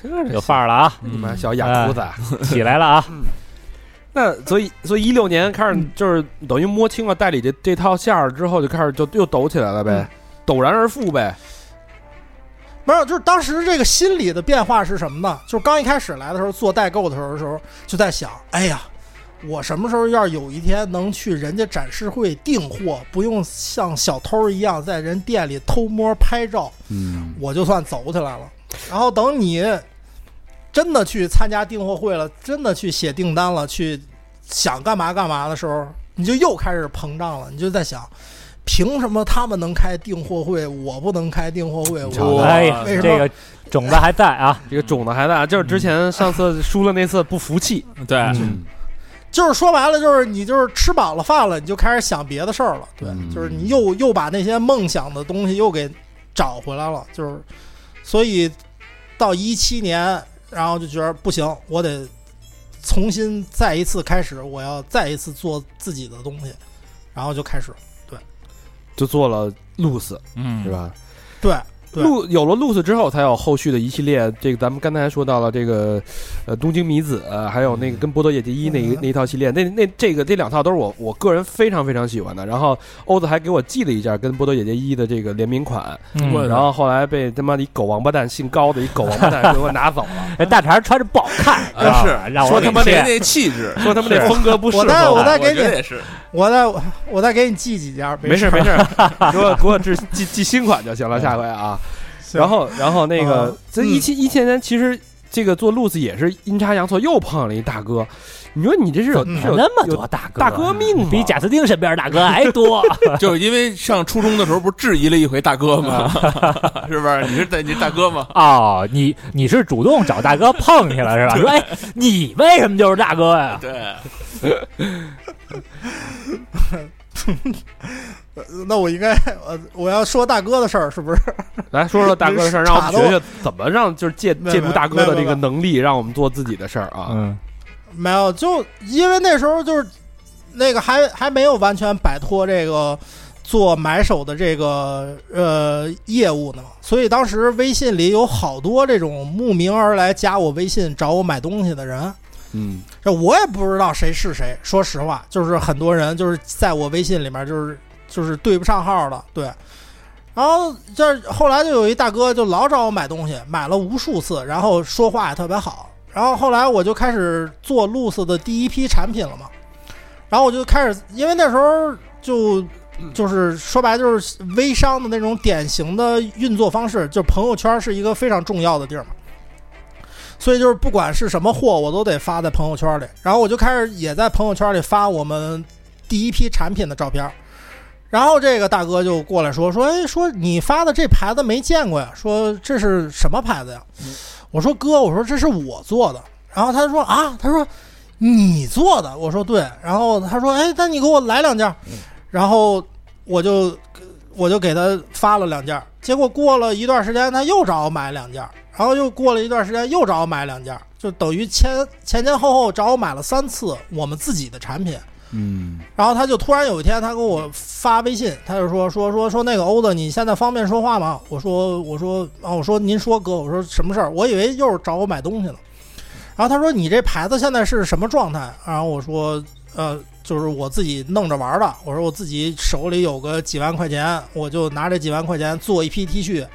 C: 这
D: 有范儿了
E: *laughs*
D: 啊，
C: 你妈小雅裤子啊，
D: 起来了啊，
C: 那所以所以一六年开始就是等于摸清了代理这这套线儿之后，就开始就又抖起来了呗，陡然而富呗。
E: 没有，就是当时这个心理的变化是什么呢？就是刚一开始来的时候做代购的时候，时候就在想，哎呀，我什么时候要是有一天能去人家展示会订货，不用像小偷一样在人店里偷摸拍照，
A: 嗯，
E: 我就算走起来了。然后等你真的去参加订货会了，真的去写订单了，去想干嘛干嘛的时候，你就又开始膨胀了，你就在想，凭什么他们能开订货会，我不能开订货会？
B: 哇
E: 我
D: 哎呀，
E: 为什么
D: 这个种子还在啊，
C: 这个种子还在啊，就是之前上次输了那次不服气，
B: *laughs* 对，
D: 嗯
E: 就是说白了，就是你就是吃饱了饭了，你就开始想别的事儿了。对，
A: 嗯
E: 就是你又又把那些梦想的东西又给找回来了。就是，所以到一七年，然后就觉得不行，我得重新再一次开始，我要再一次做自己的东西，然后就开始了
C: 就做了 Loose
B: 嗯
C: 是？吧？
E: 对，对
C: 路有了 Loose 之后，才有后续的一系列。这个咱们刚才说到了这个，呃，东京米子，呃还有那个跟波多野结衣那一
E: 嗯
C: 那一套系列，那那这个这两套都是我我个人非常非常喜欢的。然后欧子还给我寄了一件跟波多野结衣的这个联名款，
B: 我
D: 嗯，
C: 然后后来被他妈的一狗王八蛋姓高的一狗王八蛋给我拿走了，
D: 哎大肠穿着不好看，
B: *laughs* 啊
D: 吧
B: 是
D: 让我
B: 说
D: 给
B: 他妈那
D: 切
B: 那气质，
C: 说他们这风格不适
E: 我再
C: 合
E: 我再给
B: 觉得
E: 你，
B: 也是，
E: *laughs* 我再我再给你寄几件，
C: 没事
E: 事
C: 没事，给我给我寄寄寄新款就行了，下回啊。
E: 行
C: 然后然后那个
E: 嗯
C: 这一七一七年其实。这个做路子也是阴差阳错又碰上了一大哥，你说你这是有
E: 嗯
C: 是有
D: 那么
C: 有
D: 多大哥，
C: 大哥命
E: 啊
C: 吗
D: 比贾斯汀身边大哥还
B: *laughs*
D: 多。
B: 就是因为上初中的时候不是质疑了一回大哥吗？是不是？你是大你是大哥吗？
D: 哦，你你是主动找大哥碰去了
B: *laughs*
D: 是吧？说哎，你为什么就是大哥呀？
B: 对，
E: 那我应该我我要说大哥的事儿是不是？
C: 来说说大哥的事儿，
E: 这
C: 让
E: 是
C: 我们
E: 岔
C: 学
E: 的
C: 学怎么让就是借
E: 没有
C: 借助大哥的
E: 没有
C: 这
E: 没有
C: 个能力，让我们做自己的事儿啊。
D: 嗯
E: 没有，就因为那时候就是那个还还没有完全摆脱这个做买手的这个呃业务呢，所以当时微信里有好多这种慕名而来加我微信找我买东西的人，
C: 嗯，
E: 这我也不知道谁是谁。说实话，就是很多人就是在我微信里面就是就是对不上号了，对。然后这后来就有一大哥就老找我买东西，买了无数次，然后说话也特别好。然后后来我就开始做 Loose 的第一批产品了嘛，然后我就开始，因为那时候就就是说白了就是微商的那种典型的运作方式，就朋友圈是一个非常重要的地儿嘛。所以就是不管是什么货，我都得发在朋友圈里。然后我就开始也在朋友圈里发我们第一批产品的照片儿。然后这个大哥就过来说说，哎，说你发的这牌子没见过呀？说这是什么牌子呀？我说哥，我说这是我做的。然后他说啊，他说你做的？我说对。然后他说，哎，那你给我来两件儿。然后我就我就给他发了两件儿，结果过了一段时间，他又找我买两件儿，然后又过了一段时间又找我买两件儿，就等于前前前后后找我买了三次我们自己的产品。
A: 嗯，
E: 然后他就突然有一天，他给我发微信，他就说 *laughs* 说说说那个欧子，你现在方便说话吗？我说我说啊，我说您说哥，我说什么事儿？我以为又是找我买东西呢。然后他说你这牌子现在是什么状态？然后我说呃，就是我自己弄着玩儿的。我说我自己手里有个几万块钱，我就拿这几万块钱做一批 T 恤。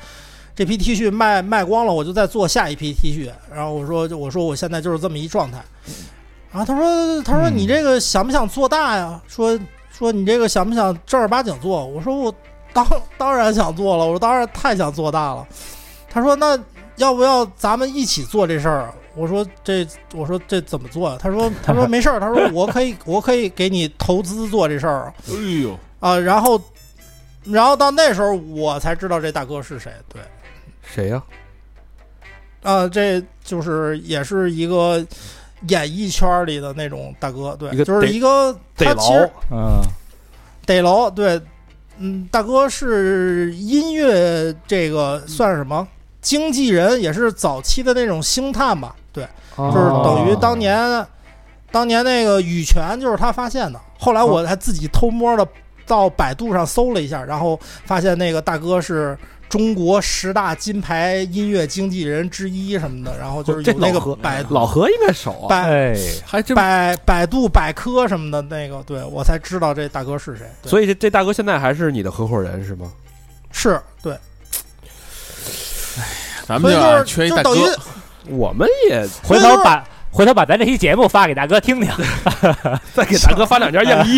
E: 这批 T 恤卖卖光了，我就再做下一批 T 恤。然后我说，我说我现在就是这么一状态。然后他说，他说
D: 嗯
E: 你这个想不想做大呀？说说你这个想不想正儿八经做？我说我当当然想做了，我说当然太想做大了。他说那要不要咱们一起做这事儿？我说这我说这怎么做呀？
C: *laughs*
E: 他说他说没事儿，他说我可以 *laughs* 我可以给你投资做这事儿
B: 哎呦，
E: 啊。然后然后到那时候我才知道这大哥是谁，对。
C: 谁呀？
E: 啊，这就是也是一个演艺圈里的那种大哥，对
C: 一个，
E: 就是
C: 逮
E: 一个
C: 得
E: 他其实
C: 劳
D: 嗯
E: 逮楼，对，嗯，大哥是音乐这个算是什么经纪人，也是早期的那种星探吧，对，
C: 就
E: 就是等于
D: 哦
E: 当年、当年那个羽泉就是他发现的，后
C: 哦
E: 来我还自己偷摸的到百度上搜了一下，然后发现那个大哥是。中国十大金牌音乐经纪人之一什么的，然后就是
C: 这
E: 有那
C: 老
E: 个
C: 何
E: 百
C: 老何应该熟啊。
E: 百
D: 哎，
B: 还真
E: 百百度百科什么的那个，对我才知道这大哥是谁。对
C: 所以这这大哥现在还是你的合伙人是吗？
E: 是对，
B: 咱
E: 所
B: 们
E: 以
B: 就
E: 就是
B: 缺一
E: 就
B: 大
E: 等于
B: 哥，
C: 我们也
D: 回头把回头把咱这期节目发给大哥听
E: *laughs*
D: 听。
C: 再给大哥
B: *laughs*
C: 发两件样
B: 哎
C: 衣。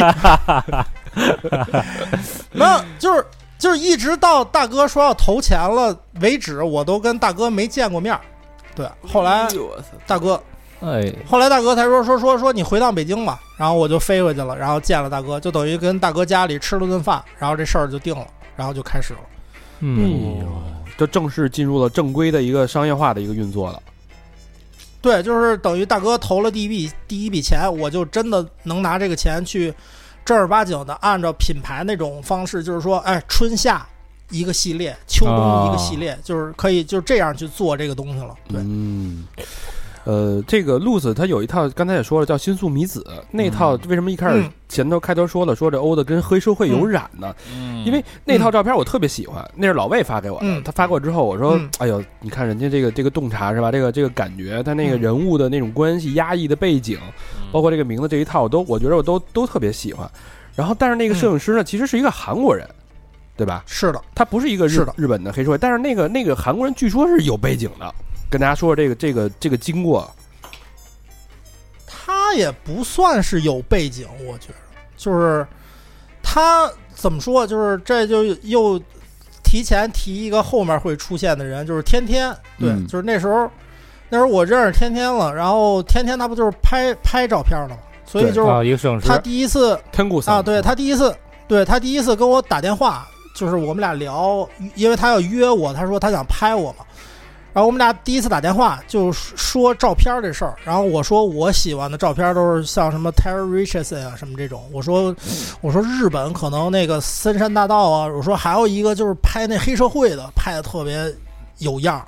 E: *laughs* 没有，就是就是一直到大哥说要投钱了为止，我都跟大哥没见过面儿。对，后来
B: 哎呦我操
E: 大哥，
D: 哎，
E: 后来大哥才说说说说你回趟北京吧，然后我就飞回去了，然后见了大哥，就等于跟大哥家里吃了顿饭，然后这事儿就定了，然后就开始了。
D: 嗯，
C: 就正式进入了正规的一个商业化的一个运作了。
E: 对，就是等于大哥投了第一笔第一笔钱，我就真的能拿这个钱去正儿八经的按照品牌那种方式，就是说，哎，春夏一个系列，秋冬一
D: 啊
E: 个系列，就是可以就这样去做这个东西了。对，
C: 嗯，呃，这个 Loose 它有一套，刚才也说了，叫新宿米子那套，为什么一开始
E: 嗯
C: 前头开头说了，说这欧的跟黑社会有染呢？
B: 嗯
C: 因为那套照片我特别喜欢，那是老魏发给我的，
E: 嗯
C: 他发过之后，我说，
E: 嗯
C: 哎呦，你看人家这个这个洞察是吧？这个这个感觉，他那个人物的那种关系、压抑的背景，
D: 嗯
C: 包括这个名字这一套，我都我觉得我都都特别喜欢。然后，但是那
E: 嗯
C: 个摄影师呢，其实是一个韩国人，对吧？
E: 是的，
C: 他不是一个日
E: 是的
C: 日本的黑社会，但是那个那个韩国人据说是有背景的，跟大家说说这个这个这个经过。
E: 他也不算是有背景，我觉得就是他怎么说，就是这就又提前提一个后面会出现的人，就是天天，对，
A: 嗯
E: 就是那时候那时候我认识天天了，然后天天他不就是拍拍照片了吗？所以
C: 对
E: 就是
D: 啊，一个摄影师
E: 他第一次
C: 天谷
E: 啊，对他第一次，对他第一次跟我打电话，就是我们俩聊，因为他要约我，他说他想拍我嘛，然后我们俩第一次打电话就说照片这事儿，然后我说我喜欢的照片都是像什么 Terry Richardson 啊什么这种，我说我说日本可能那个森山大道啊，我说还有一个就是拍那黑社会的，拍的特别有样儿。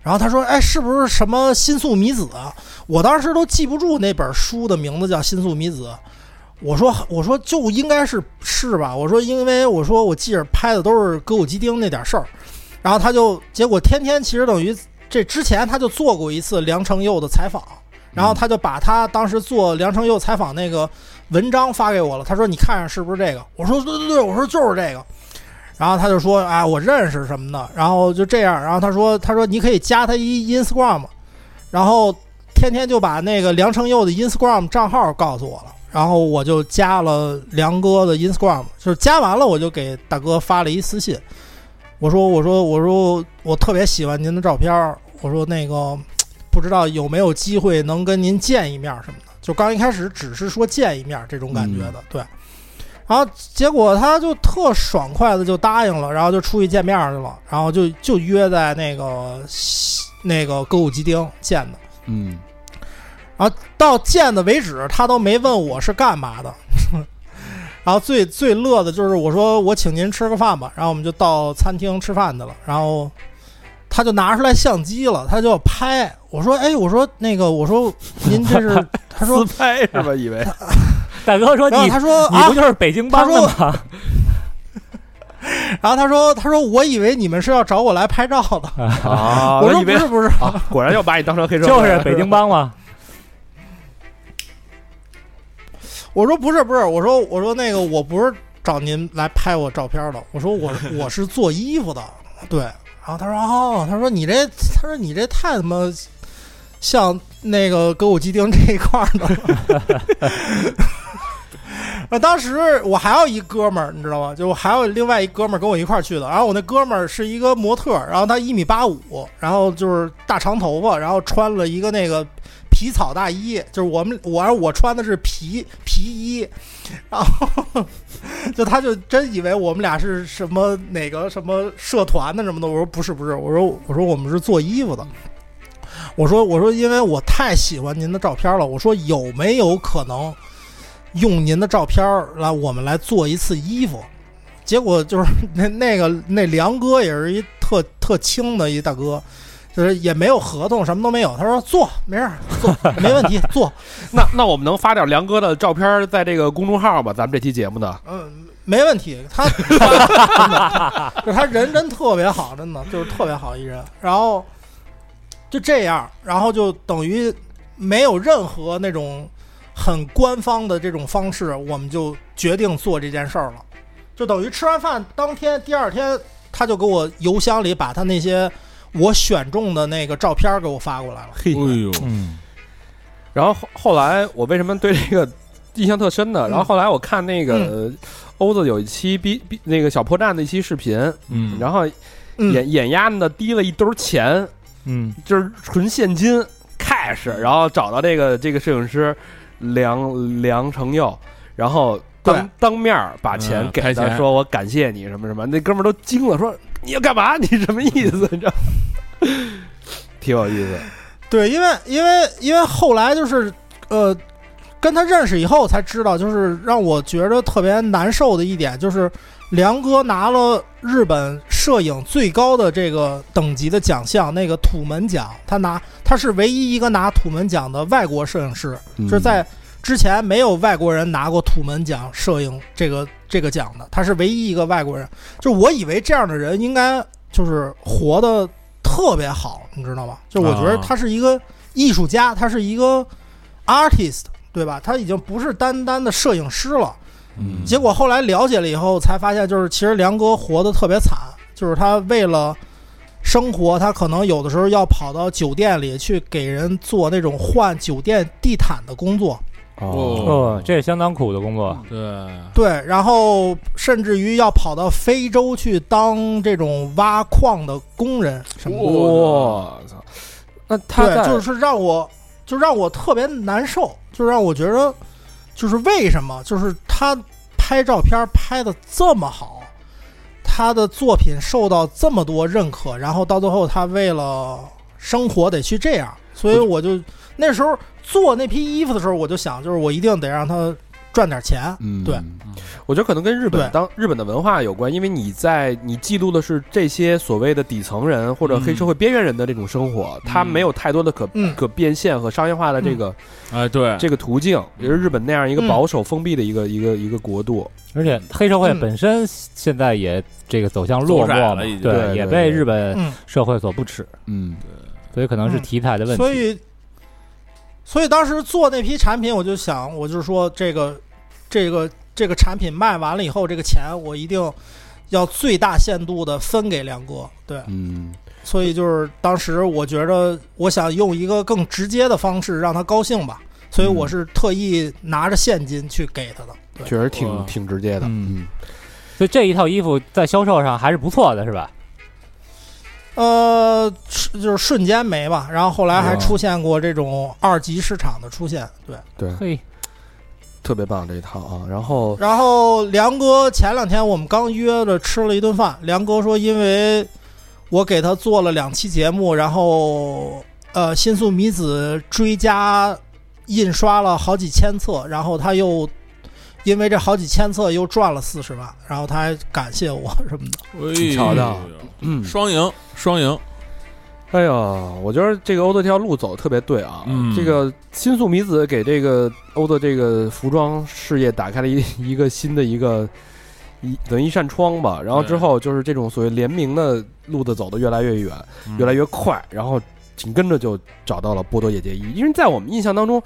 E: 然后他说：“哎，是不是什么新宿米子啊？我当时都记不住那本书的名字叫《新宿米子》。我说我说就应该是是吧？我说因为我说我记着拍的都是歌舞伎町那点事儿，然后他就结果天天其实等于这之前他就做过一次梁承佑的采访，然后他就把他当时做梁承佑采访那个文章发给我了，他说你看看是不是这个？我说对对对，我说就是这个。然后他就说啊，我认识什么的，然后就这样。然后他说，他说你可以加他一 Instagram，然后天天就把那个梁承佑的 Instagram 账号告诉我了，然后我就加了梁哥的 Instagram，就是加完了我就给大哥发了一私信，我说我说我说我特别喜欢您的照片儿，我说那个不知道有没有机会能跟您见一面什么的，就刚一开始只是说见一面这种感觉的，对。然后结果他就特爽快的就答应了，然后就出去见面去了，然后就就约在那个西那个歌舞伎町见的。
A: 嗯，
E: 到见的为止，他都没问我是干嘛的。 *laughs* 然后最最乐的就是我说我请您吃个饭吧，然后我们就到餐厅吃饭去了。然后他就拿出来相机了，他就要拍。我说哎，我说那个，我说您
D: *laughs*
E: 这是？他说，
A: 拍是吧？以为
D: 大哥说
E: 然后
D: 你
E: 他说
D: 你
E: 啊
D: 不，就是北京帮的吗？ *laughs*
E: 啊然后他说他说我以为你们是要找我来拍照的。
A: 啊
E: 我说
A: 以
E: 不
A: 为
E: 是不是，
A: 果然要把你当成黑社会，
D: 就是北京帮吗？
E: 我说不是不是，我说我说那个我不是找您来拍我照片的，我说我我是做衣服的，对。然后他说哦，他说你这他说你这太他妈像那个歌舞伎町这一块儿的。啊， *laughs* 当时我还有一哥们儿，你知道吗？就我还有另外一哥们儿跟我一块儿去的。然后我那哥们儿是一个模特儿，然后他一米八五，然后就是大长头发，然后穿了一个那个皮草大衣，就是我们我我穿的是皮皮衣，然后就他就真以为我们俩是什么哪个什么社团的什么的，我说不是不是，我说我说我们是做衣服的，我说我说因为我太喜欢您的照片了，我说有没有可能用您的照片来我们来做一次衣服？结果就是那那个那梁哥也是一特特轻的一大哥，就是也没有合同，什么都没有。他说做没事儿做没问题做，
C: 那那我们能发点梁哥的照片在这个公众号吗？咱们这期节目的
E: 嗯，没问题。他 *laughs* 真的，就是他人真特别好，真的就是特别好一人。然后就这样，然后就等于没有任何那种很官方的这种方式，我们就决定做这件事儿了。就等于吃完饭当天，第二天他就给我邮箱里把他那些我选中的那个照片儿给我发过来了。
C: 嘿
B: 哎呦，
D: 嗯，
C: 然后后后来我为什么对这个印象特深呢？然后后来我看那个、欧子有一期 B B 那个小破站的一期视频，
B: 嗯
C: 然后
E: 嗯，
C: 眼眼丫呢提了一兜钱，
D: 嗯，
C: 就是纯现金 cash，然后找到这个这个摄影师梁梁成佑，然后当
E: 对
C: 当面儿把钱
B: 嗯
C: 给
B: 开
C: 他，
B: 钱
C: 说我感谢你什么什么，那哥们儿都惊了，说你要干嘛？ *laughs* 你什么意思？你知道？ *laughs* 挺有意思，
E: 对，因为因为因为后来就是呃，跟他认识以后才知道，就是让我觉得特别难受的一点，就是梁哥拿了日本摄影最高的这个等级的奖项，那个土门奖，他拿他是唯一一个拿土门奖的外国摄影师，
C: 嗯
B: 嗯
E: 就是在之前没有外国人拿过土门奖摄影这个这个奖的，他是唯一一个外国人。就我以为这样的人应该就是活得特别好，你知道吗？就我觉得
B: 啊
E: 他是一个艺术家，他是一个 artist，对吧？他已经不是单单的摄影师了。
A: 嗯
E: 结果后来了解了以后，才发现就是其实梁哥活得特别惨，就是他为了生活，他可能有的时候要跑到酒店里去给人做那种换酒店地毯的工作，
B: 哦
D: 哦，这也相当苦的工作。
B: 对，
E: 对，然后甚至于要跑到非洲去当这种挖矿的工人什么的，
C: 我操！那哦他
E: 对，
C: 在
E: 就是让我就让我特别难受，就让我觉得就是为什么就是他拍照片拍的这么好，他的作品受到这么多认可，然后到最后他为了生活得去这样，所以我就那时候做那批衣服的时候，我就想就是我一定得让他赚点钱，
A: 嗯
E: 对
C: 我觉得可能跟日本
E: 对
C: 当日本的文化有关，因为你在你记录的是这些所谓的底层人或者黑社会边缘人的这种生活，他没有太多的可、
E: 嗯
C: 可变现和商业化的这个、
B: 哎对，
C: 这个途径，也是日本那样一个
E: 嗯
C: 保守封闭的一个、一个一个国度。
D: 而且黑社会
E: 嗯
D: 本身现在也这个走向落
B: 走窄
D: 寞
B: 了
D: 嘛
B: 已经，
C: 对对
D: 也
C: 对
D: 被日本
E: 嗯。
D: 社会所不齿，
A: 嗯
D: 所以可能是
E: 嗯
D: 题材的问题。
E: 所以，所以当时做那批产品，我就想，我就说这个，这个，这个产品卖完了以后，这个钱我一定要最大限度的分给梁哥。对，
A: 嗯
E: 所以就是当时我觉得，我想用一个更直接的方式让他高兴吧，所以我
D: 嗯
E: 是特意拿着现金去给他的。对，
C: 确实挺
B: 哇
C: 挺直接的，
D: 嗯，所以这一套衣服在销售上还是不错的，是吧？
E: 呃，是就是瞬间没吧，然后后来还
A: 哇
E: 出现过这种二级市场的出现。对。
D: 嘿，
C: 特别棒这一套啊。然后
E: 然后梁哥前两天我们刚约着吃了一顿饭，梁哥说因为我给他做了两期节目，然后呃新宿米子追加印刷了好几千册，然后他又因为这好几千册又赚了四十万，然后他还感谢我什么的。
B: 你
C: 瞧瞧，嗯，
B: 哎双赢双赢，
C: 哎呀，我觉得这个欧德这条路走得特别对啊。
B: 嗯
C: 这个新宿米子给这个欧德这个服装事业打开了一 *laughs* 一个新的一个一等于一扇窗吧。然后之后就是这种所谓联名的路子走得越来越远，越来越快，然后紧跟着就找到了波多野结衣。因为在我们印象当中，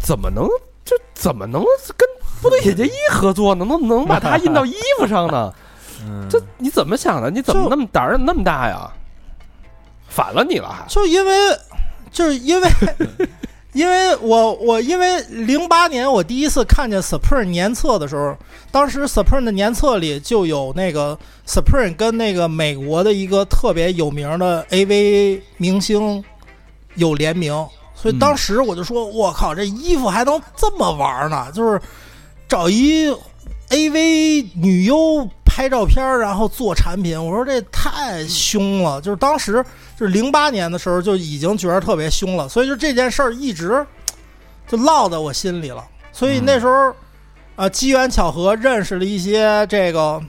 C: 怎么能这怎么能跟波多野结衣合作呢？能能把它印到衣服上呢？
B: 嗯
C: 这你怎么想的？你怎么
E: 就
C: 那么胆儿那么大呀？反了你了还？
E: 就因为就是因为因为我我因为零八年我第一次看见 Supreme 年册的时候，当时 Supreme 的年册里就有那个 Supreme 跟那个美国的一个特别有名的 AV 明星有联名，所以当时我就说，我靠，这衣服还能这么玩呢？就是找一 AV 女优拍照片儿，然后做产品，我说这太凶了。就是当时就是零八年的时候就已经觉得特别凶了，所以就这件事儿一直就落在我心里了。所以那时候，呃，机缘巧合认识了一些这个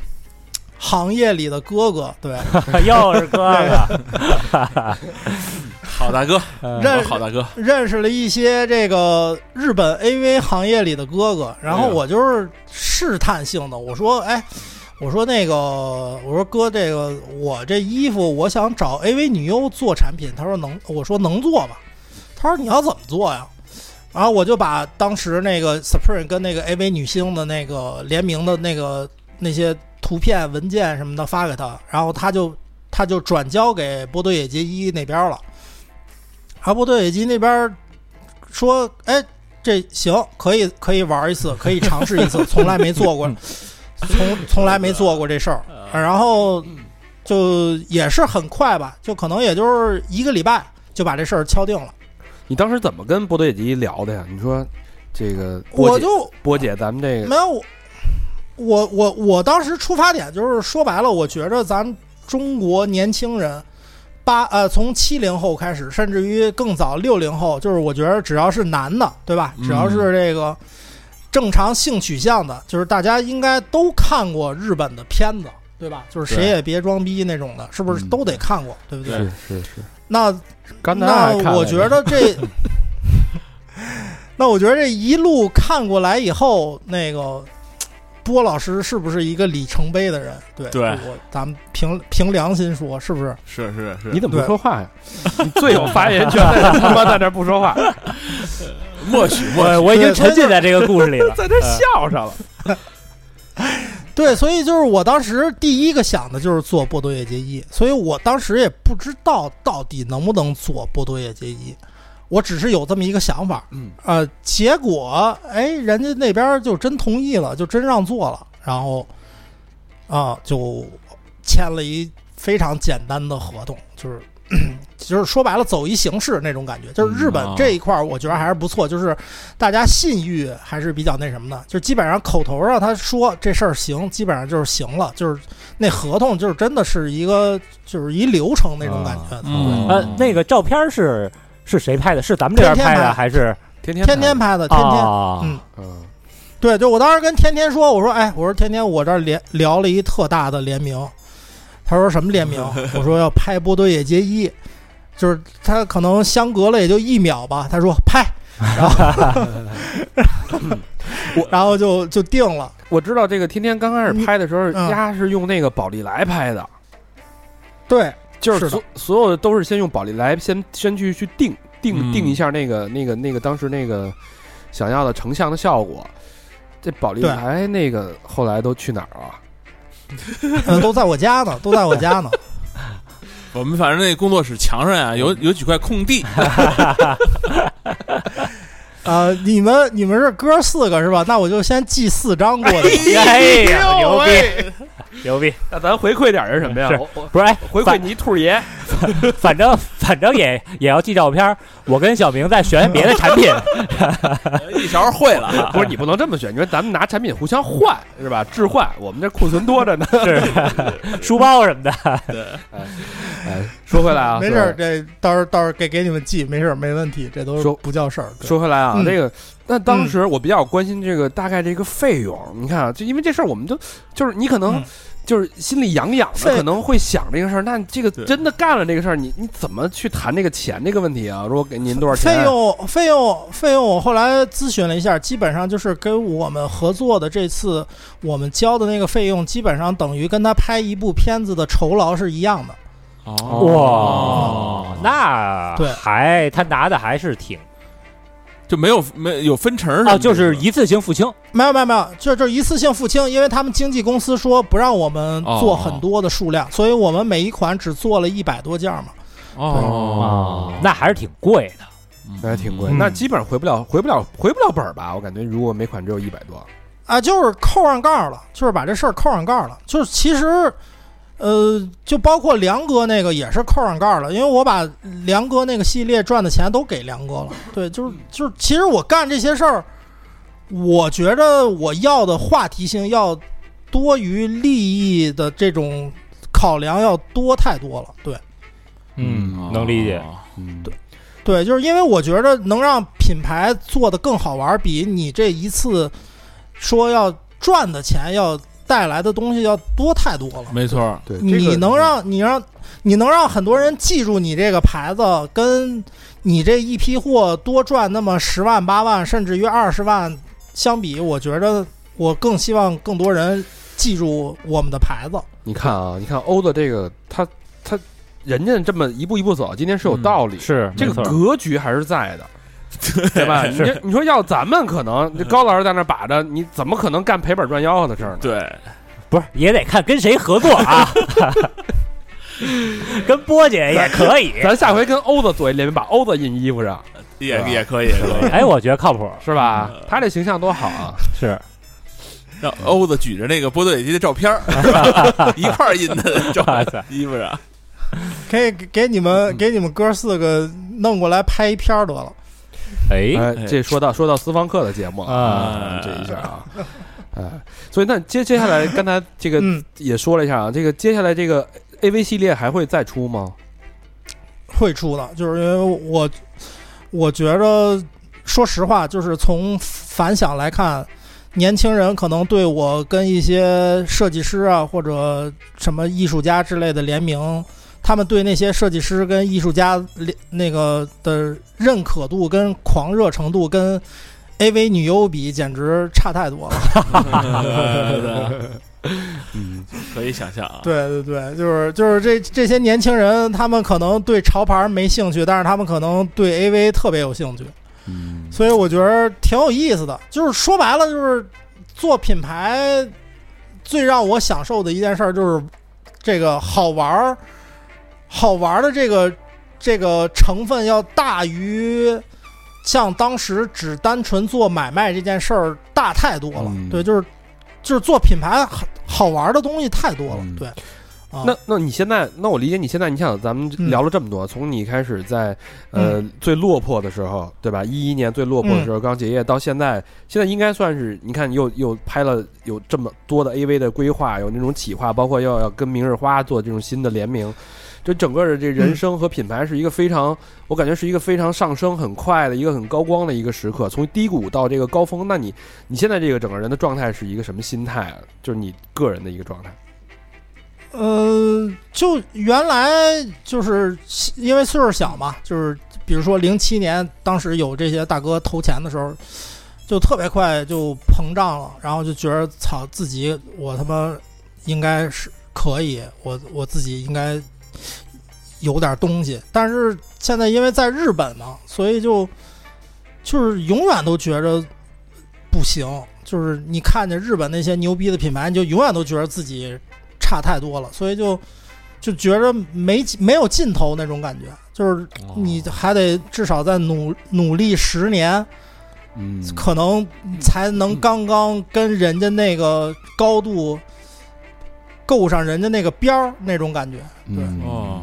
E: 行业里的哥哥，对，
D: 又是哥哥，
E: *laughs*
B: 好大哥，
E: 认
B: 好大哥，
E: 认识了一些这个日本 AV 行业里的哥哥，然后我就是试探性的，我说，哎，我说那个，我说哥，这个我这衣服我想找 AV 女优做产品，他说能，我说能做吧，他说你要怎么做呀？然后我就把当时那个 Supreme 跟那个 AV 女星的那个联名的那个那些图片、文件什么的发给他，然后他就他就转交给波多野结衣那边了。阿波多野鸡那边说：“哎，这行，可以可以玩一次，可以尝试一次，从来没做过，从从来没做过这事儿。”然后就也是很快吧，就可能也就是一个礼拜就把这事儿敲定了。
C: 你当时怎么跟波多野结衣聊的呀？你说这个波
E: 我
C: 姐，
E: 就
C: 波姐，咱们
A: 嗯
C: 这个
E: 没有我我我我当时出发点就是说白了，我觉着咱中国年轻人八呃，从七零后开始，甚至于更早六零后，就是我觉得只要是男的，对吧？只要
A: 嗯
E: 是这个正常性取向的，就是大家应该都看过日本的片子，对吧？就是谁也别装逼那种的，是不是
A: 嗯
E: 都得看过，对不对？
A: 是是是，
E: 那
A: 刚才还看
E: 那我
A: 了
E: 觉得这，那我觉得这一路看过来以后，那个波老师是不是一个里程碑的人？对，
B: 对
E: 我咱们凭凭良心说，是不是？
B: 是是是，
C: 你怎么不
E: 对
C: 说话呀？你最有发言权
E: *laughs*
C: 的人，他妈在这儿不说话，
B: 默许默
D: 我我已经沉浸在这个故事里了，
C: 在这儿笑上了。
E: 对，所以就是我当时第一个想的就是做波多野结衣，所以我当时也不知道到底能不能做波多野结衣，我只是有这么一个想法，
C: 嗯，
E: 呃，结果哎，人家那边就真同意了，就真让做了，然后啊，就签了一非常简单的合同，就是。 *clears throat* 就是说白了，走一形式那种感觉，就是日本
B: 嗯啊
E: 这一块儿，我觉得还是不错。就是大家信誉还是比较那什么的，就基本上口头上他说这事儿行，基本上就是行了，就是那合同就是真的是一个就是一流程那种感觉，
B: 嗯
D: 呃，那个照片是是谁拍的？是咱们这
E: 天
D: 边拍
E: 天拍
D: 的
E: 的
D: 还是
C: 天
E: 对
C: 天
E: 天天拍的，天天、
D: 啊
E: 嗯
C: 嗯，
E: 对，就我当时跟天天说，我说哎，我说天天，我这儿联聊了一特大的联名，他说什么联名？我说要拍波多野结衣，就是他可能相隔了也就一秒吧，他说
C: *laughs*
E: 拍，然后然后就就定了。
C: 我知道这个天天刚开始拍的时候，
E: 嗯
C: 丫是用那个宝丽来拍的，
E: 对，
C: 就是是
E: 的
C: 所所有的都是先用宝丽来先先去去定定
B: 嗯
C: 定一下那个那个那个当时那个想要的成像的效果。这宝丽
E: 对
C: 来那个后来都去哪儿啊？
E: 嗯，都在我家呢，都在我家呢。
B: 我们反正那工作室墙上啊，
E: 嗯
B: 有有几块空地，
E: 呃，你们你们是哥四个是吧？那我就先寄四张过去。
D: 哎呀，牛逼，牛逼！
C: 那咱回馈点儿是什么呀
D: 是
C: 我我
D: 不是，哎，
C: 回馈
D: 反
C: 你兔爷，
D: 反正 *laughs* 反正也也要寄照片儿。我跟小明在选别的产品，
B: 一勺会了啊。
C: *laughs* 不是你不能这么选，你说咱们拿产品互相换是吧？置换，我们这库存多着呢。
D: 是书包什么的。
C: 哎，说回来 *laughs* 啊，
E: 没事
C: 是
E: 儿，这到时候到时候给给你们寄，没事儿，没问题，这都是
C: 说
E: 不叫事儿。对
C: 说回来啊，
E: 嗯
C: 这个，那当时我比较关心这个大概这个费用。你看啊，就因为这事儿，我们都就是你可能
E: 嗯
C: 就是心里痒痒的，
E: 费
C: 可能会想这个事儿。那这个
B: 对
C: 真的干了这个事儿，你你怎么去谈这个钱这个问题啊？如果给您多少钱？
E: 费用费用费用，我后来咨询了一下，基本上就是跟我们合作的这次我们交的那个费用，基本上等于跟他拍一部片子的酬劳是一样的。
D: 哇，那
E: 对
D: 还他拿的还是挺
B: 就没有没有分成什么
D: 啊，
B: 的
D: 就是一次性付清
E: 没有没有没有，就就一次性付清，因为他们经纪公司说不让我们做很多的数量，所以我们每一款只做了一百多件嘛。
B: 哦，
D: 那还是挺贵的。
C: 啊那还哎挺贵，
E: 嗯
C: 那基本上回不了，回不了，回不了本儿吧？我感觉如果每款只有一百多，
E: 啊，就是扣上杠了，就是把这事儿扣上杠了。就是其实，呃，就包括梁哥那个也是扣上杠了，因为我把梁哥那个系列赚的钱都给梁哥了。对，就是就是，其实我干这些事儿，我觉着我要的话题性要多于利益的这种考量要多太多了。对
D: 嗯，能理解。
C: 嗯，对，
E: 对，就是因为我觉着能让品牌做得更好玩儿，比你这一次说要赚的钱要带来的东西要多太多了。
B: 没错，
C: 对
E: 你能让你让你能让很多人记住你这个牌子，跟你这一批货多赚那么十万八万，甚至于二十万相比，我觉着我更希望更多人记住我们的牌子。
C: 你看啊，你看欧的这个，他他人家这么一步一步走，今天是
E: 嗯
C: 有道理，
D: 是
C: 这
D: 没
C: 个
D: 错
C: 格局还是在的。对
D: *laughs*
C: 吧？你这你说要咱们可能这高老师在那儿把着，你怎么可能干赔本赚吆喝的事儿呢？
B: 对，
D: 不是也得看跟谁合作啊？跟波姐也可以。
C: 咱下回跟欧子做一联名，把欧子印衣服上，
B: 也也可以，也可以。
D: 哎，我觉得靠谱，
C: 是吧？他这形象多好啊！
D: 是
B: 让欧子举着那个波多野结衣的照片儿，一块儿印的照
D: 哇塞
B: 衣服上。
E: 可以给给你们给你们哥四个弄过来拍一片儿得了。
D: 哎
C: 哎，这说到说到私房课的节目了
D: 啊，
B: 哎
C: 这一下啊，哎，所以那接接下来刚才这个
E: 嗯
C: 也说了一下啊，这个接下来这个 A V 系列还会再出吗？
E: 会出的，就是因为我我觉着，说实话，就是从反响来看，年轻人可能对我跟一些设计师啊或者什么艺术家之类的联名，他们对那些设计师跟艺术家联那个的认可度跟狂热程度跟 AV 女优比，简直差太多了。
A: 嗯，
B: 可以想象啊。
E: 对对对，就是就是这这些年轻人，他们可能对潮牌没兴趣，但是他们可能对 AV 特别有兴趣，
A: 嗯，
E: 所以我觉得挺有意思的。就是说白了，就是做品牌最让我享受的一件事，儿，就是这个好玩儿，好玩儿的这个这个成分要大于。像当时只单纯做买卖这件事儿大太多了，
A: 嗯
E: 对，就是就是做品牌好好玩的东西太多了，
A: 嗯
E: 对，啊，
C: 那那你现在，那我理解你现在，你想咱们聊了这么多，从你开始在呃、最落魄的时候，对吧？一一年最落魄的时候，刚结业到现在，现在应该算是你看又又拍了有这么多的 AV 的规划，有那种企划，包括要要跟明日花做这种新的联名，这整个的这人生和品牌是一个非常，我感觉是一个非常上升很快的一个很高光的一个时刻，从低谷到这个高峰。那你你现在这个整个人的状态是一个什么心态啊？就是你个人的一个状态。
E: 呃，就原来就是呃因为岁数小嘛，就是比如说零七年，当时有这些大哥投钱的时候，就特别快就膨胀了，然后就觉得操自己我他妈应该是可以，我我自己应该有点东西。但是现在因为在日本嘛，所以就就是永远都觉着不行。就是你看见日本那些牛逼的品牌，你就永远都觉得自己差太多了，所以就就觉着没没有尽头那种感觉，就是你
D: 哦
E: 还得至少再努努力十年，
A: 嗯，
E: 可能才能刚刚跟人家那个高度够上人家那个边儿那种感觉。对
A: 嗯
B: 哦，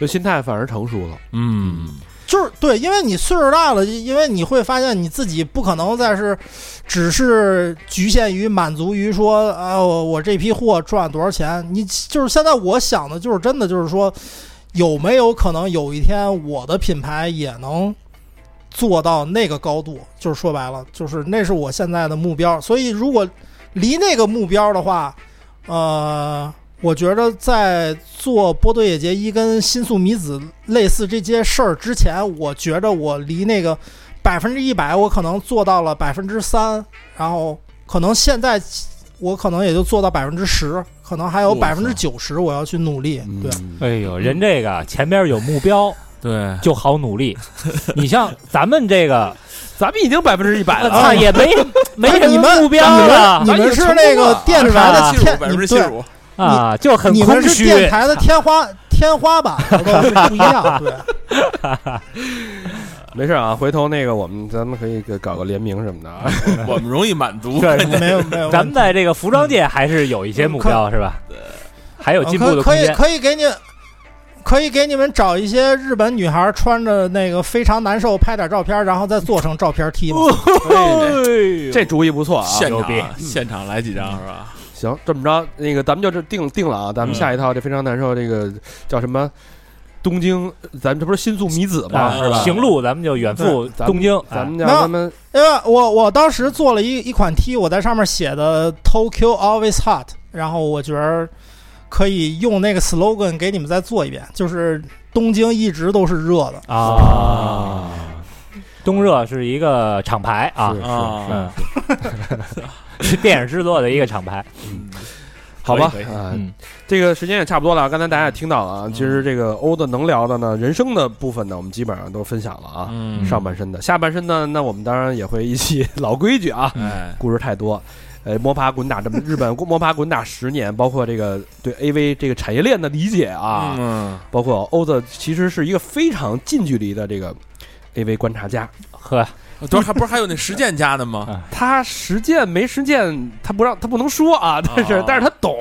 C: 就心态反而成熟了。
B: 嗯，
E: 就是对，因为你岁数大了，因为你会发现你自己不可能再是，只是局限于满足于说啊、我我这批货赚多少钱。你就是现在我想的就是真的就是说，有没有可能有一天我的品牌也能做到那个高度？就是说白了，就是那是我现在的目标。所以如果离那个目标的话，呃，我觉着在做波多野结衣跟新宿米子类似这些事儿之前，我觉着我离那个百分之一百，我可能做到了百分之三，然后可能现在我可能也就做到百分之十，可能还有
B: 哇
E: 百分
B: 塞
E: 之九十我要去努力。
C: 嗯
E: 对，
D: 哎呦，人这个前边有目标
B: 对，
D: 就好努力，你像咱们这个，
C: 咱们已经百分之一百
D: 我
C: 了
D: 操，
C: 啊，
D: 也没没
E: 哎
D: 什
E: 你
D: 么
E: 们
D: 目标啊了
E: 你们是那个电台的
B: 75%
E: 天，
B: 百分之
E: 你们
B: 七十
E: 对，
B: 五，
D: 啊，就很
E: 啊你
D: 空
E: 们是电
D: 虚。
E: 台的天花天花 *laughs* 板，我告诉你不一样。对，
C: 没事啊。回头那个我们咱们可以给搞个联名什么的
D: 哎
C: 啊。
B: 我们容易满足。
D: 对
E: *laughs*
D: 嗯
E: 没有没有问题，
D: 咱们在这个服装界还是有一些目标，是吧？还有
E: 呃
D: 进步的空
E: 可以可
D: 间。
E: 以可以给你，可以给你们找一些日本女孩穿着那个非常难受，拍点照片，然后再做成照片 T 嘛。
B: 对
C: 这主意不错啊。
B: 现
D: 牛逼
B: 场现场来几张是吧？
C: 行，这么着，那个咱们就这定定了啊。咱们
D: 嗯
C: 下一套这非常难受，这个叫什么？东京，咱们这不是新宿米子吗？
D: 啊，
B: 是吧
D: 行路咱们就远赴
C: 咱们
D: 东京，
C: 咱们
D: 啊
C: 叫
E: 那
C: 咱们
E: 因为我我当时做了一一款 T，我在上面写的 Tokyo Always Hot，然后我觉得可以用那个 slogan 给你们再做一遍，就是东京一直都是热的。
D: 啊，东热是一个厂牌啊
C: 是，
D: 嗯，是电影制作的一个厂牌。
C: 好吧
B: 可以可以嗯
C: 啊
D: 嗯，
C: 这个时间也差不多了。刚才大家也听到了啊，其实这个欧的能聊的呢，人生的部分呢，我们基本上都分享了啊。
B: 嗯
C: 上半身的，下半身呢，那我们当然也会一起老规矩啊，
B: 哎，
C: 故事太多。呃，摸爬滚打这么日本摸爬滚打十年，包括这个对 AV 这个产业链的理解啊，
B: 嗯，
C: 包括欧子其实是一个非常近距离的这个 AV 观察家。
D: 呵，
B: 对，哦还不是还有那实践家的吗？
C: 他实践没实践，他不让他不能说啊，但是、
B: 哦
C: 但是他懂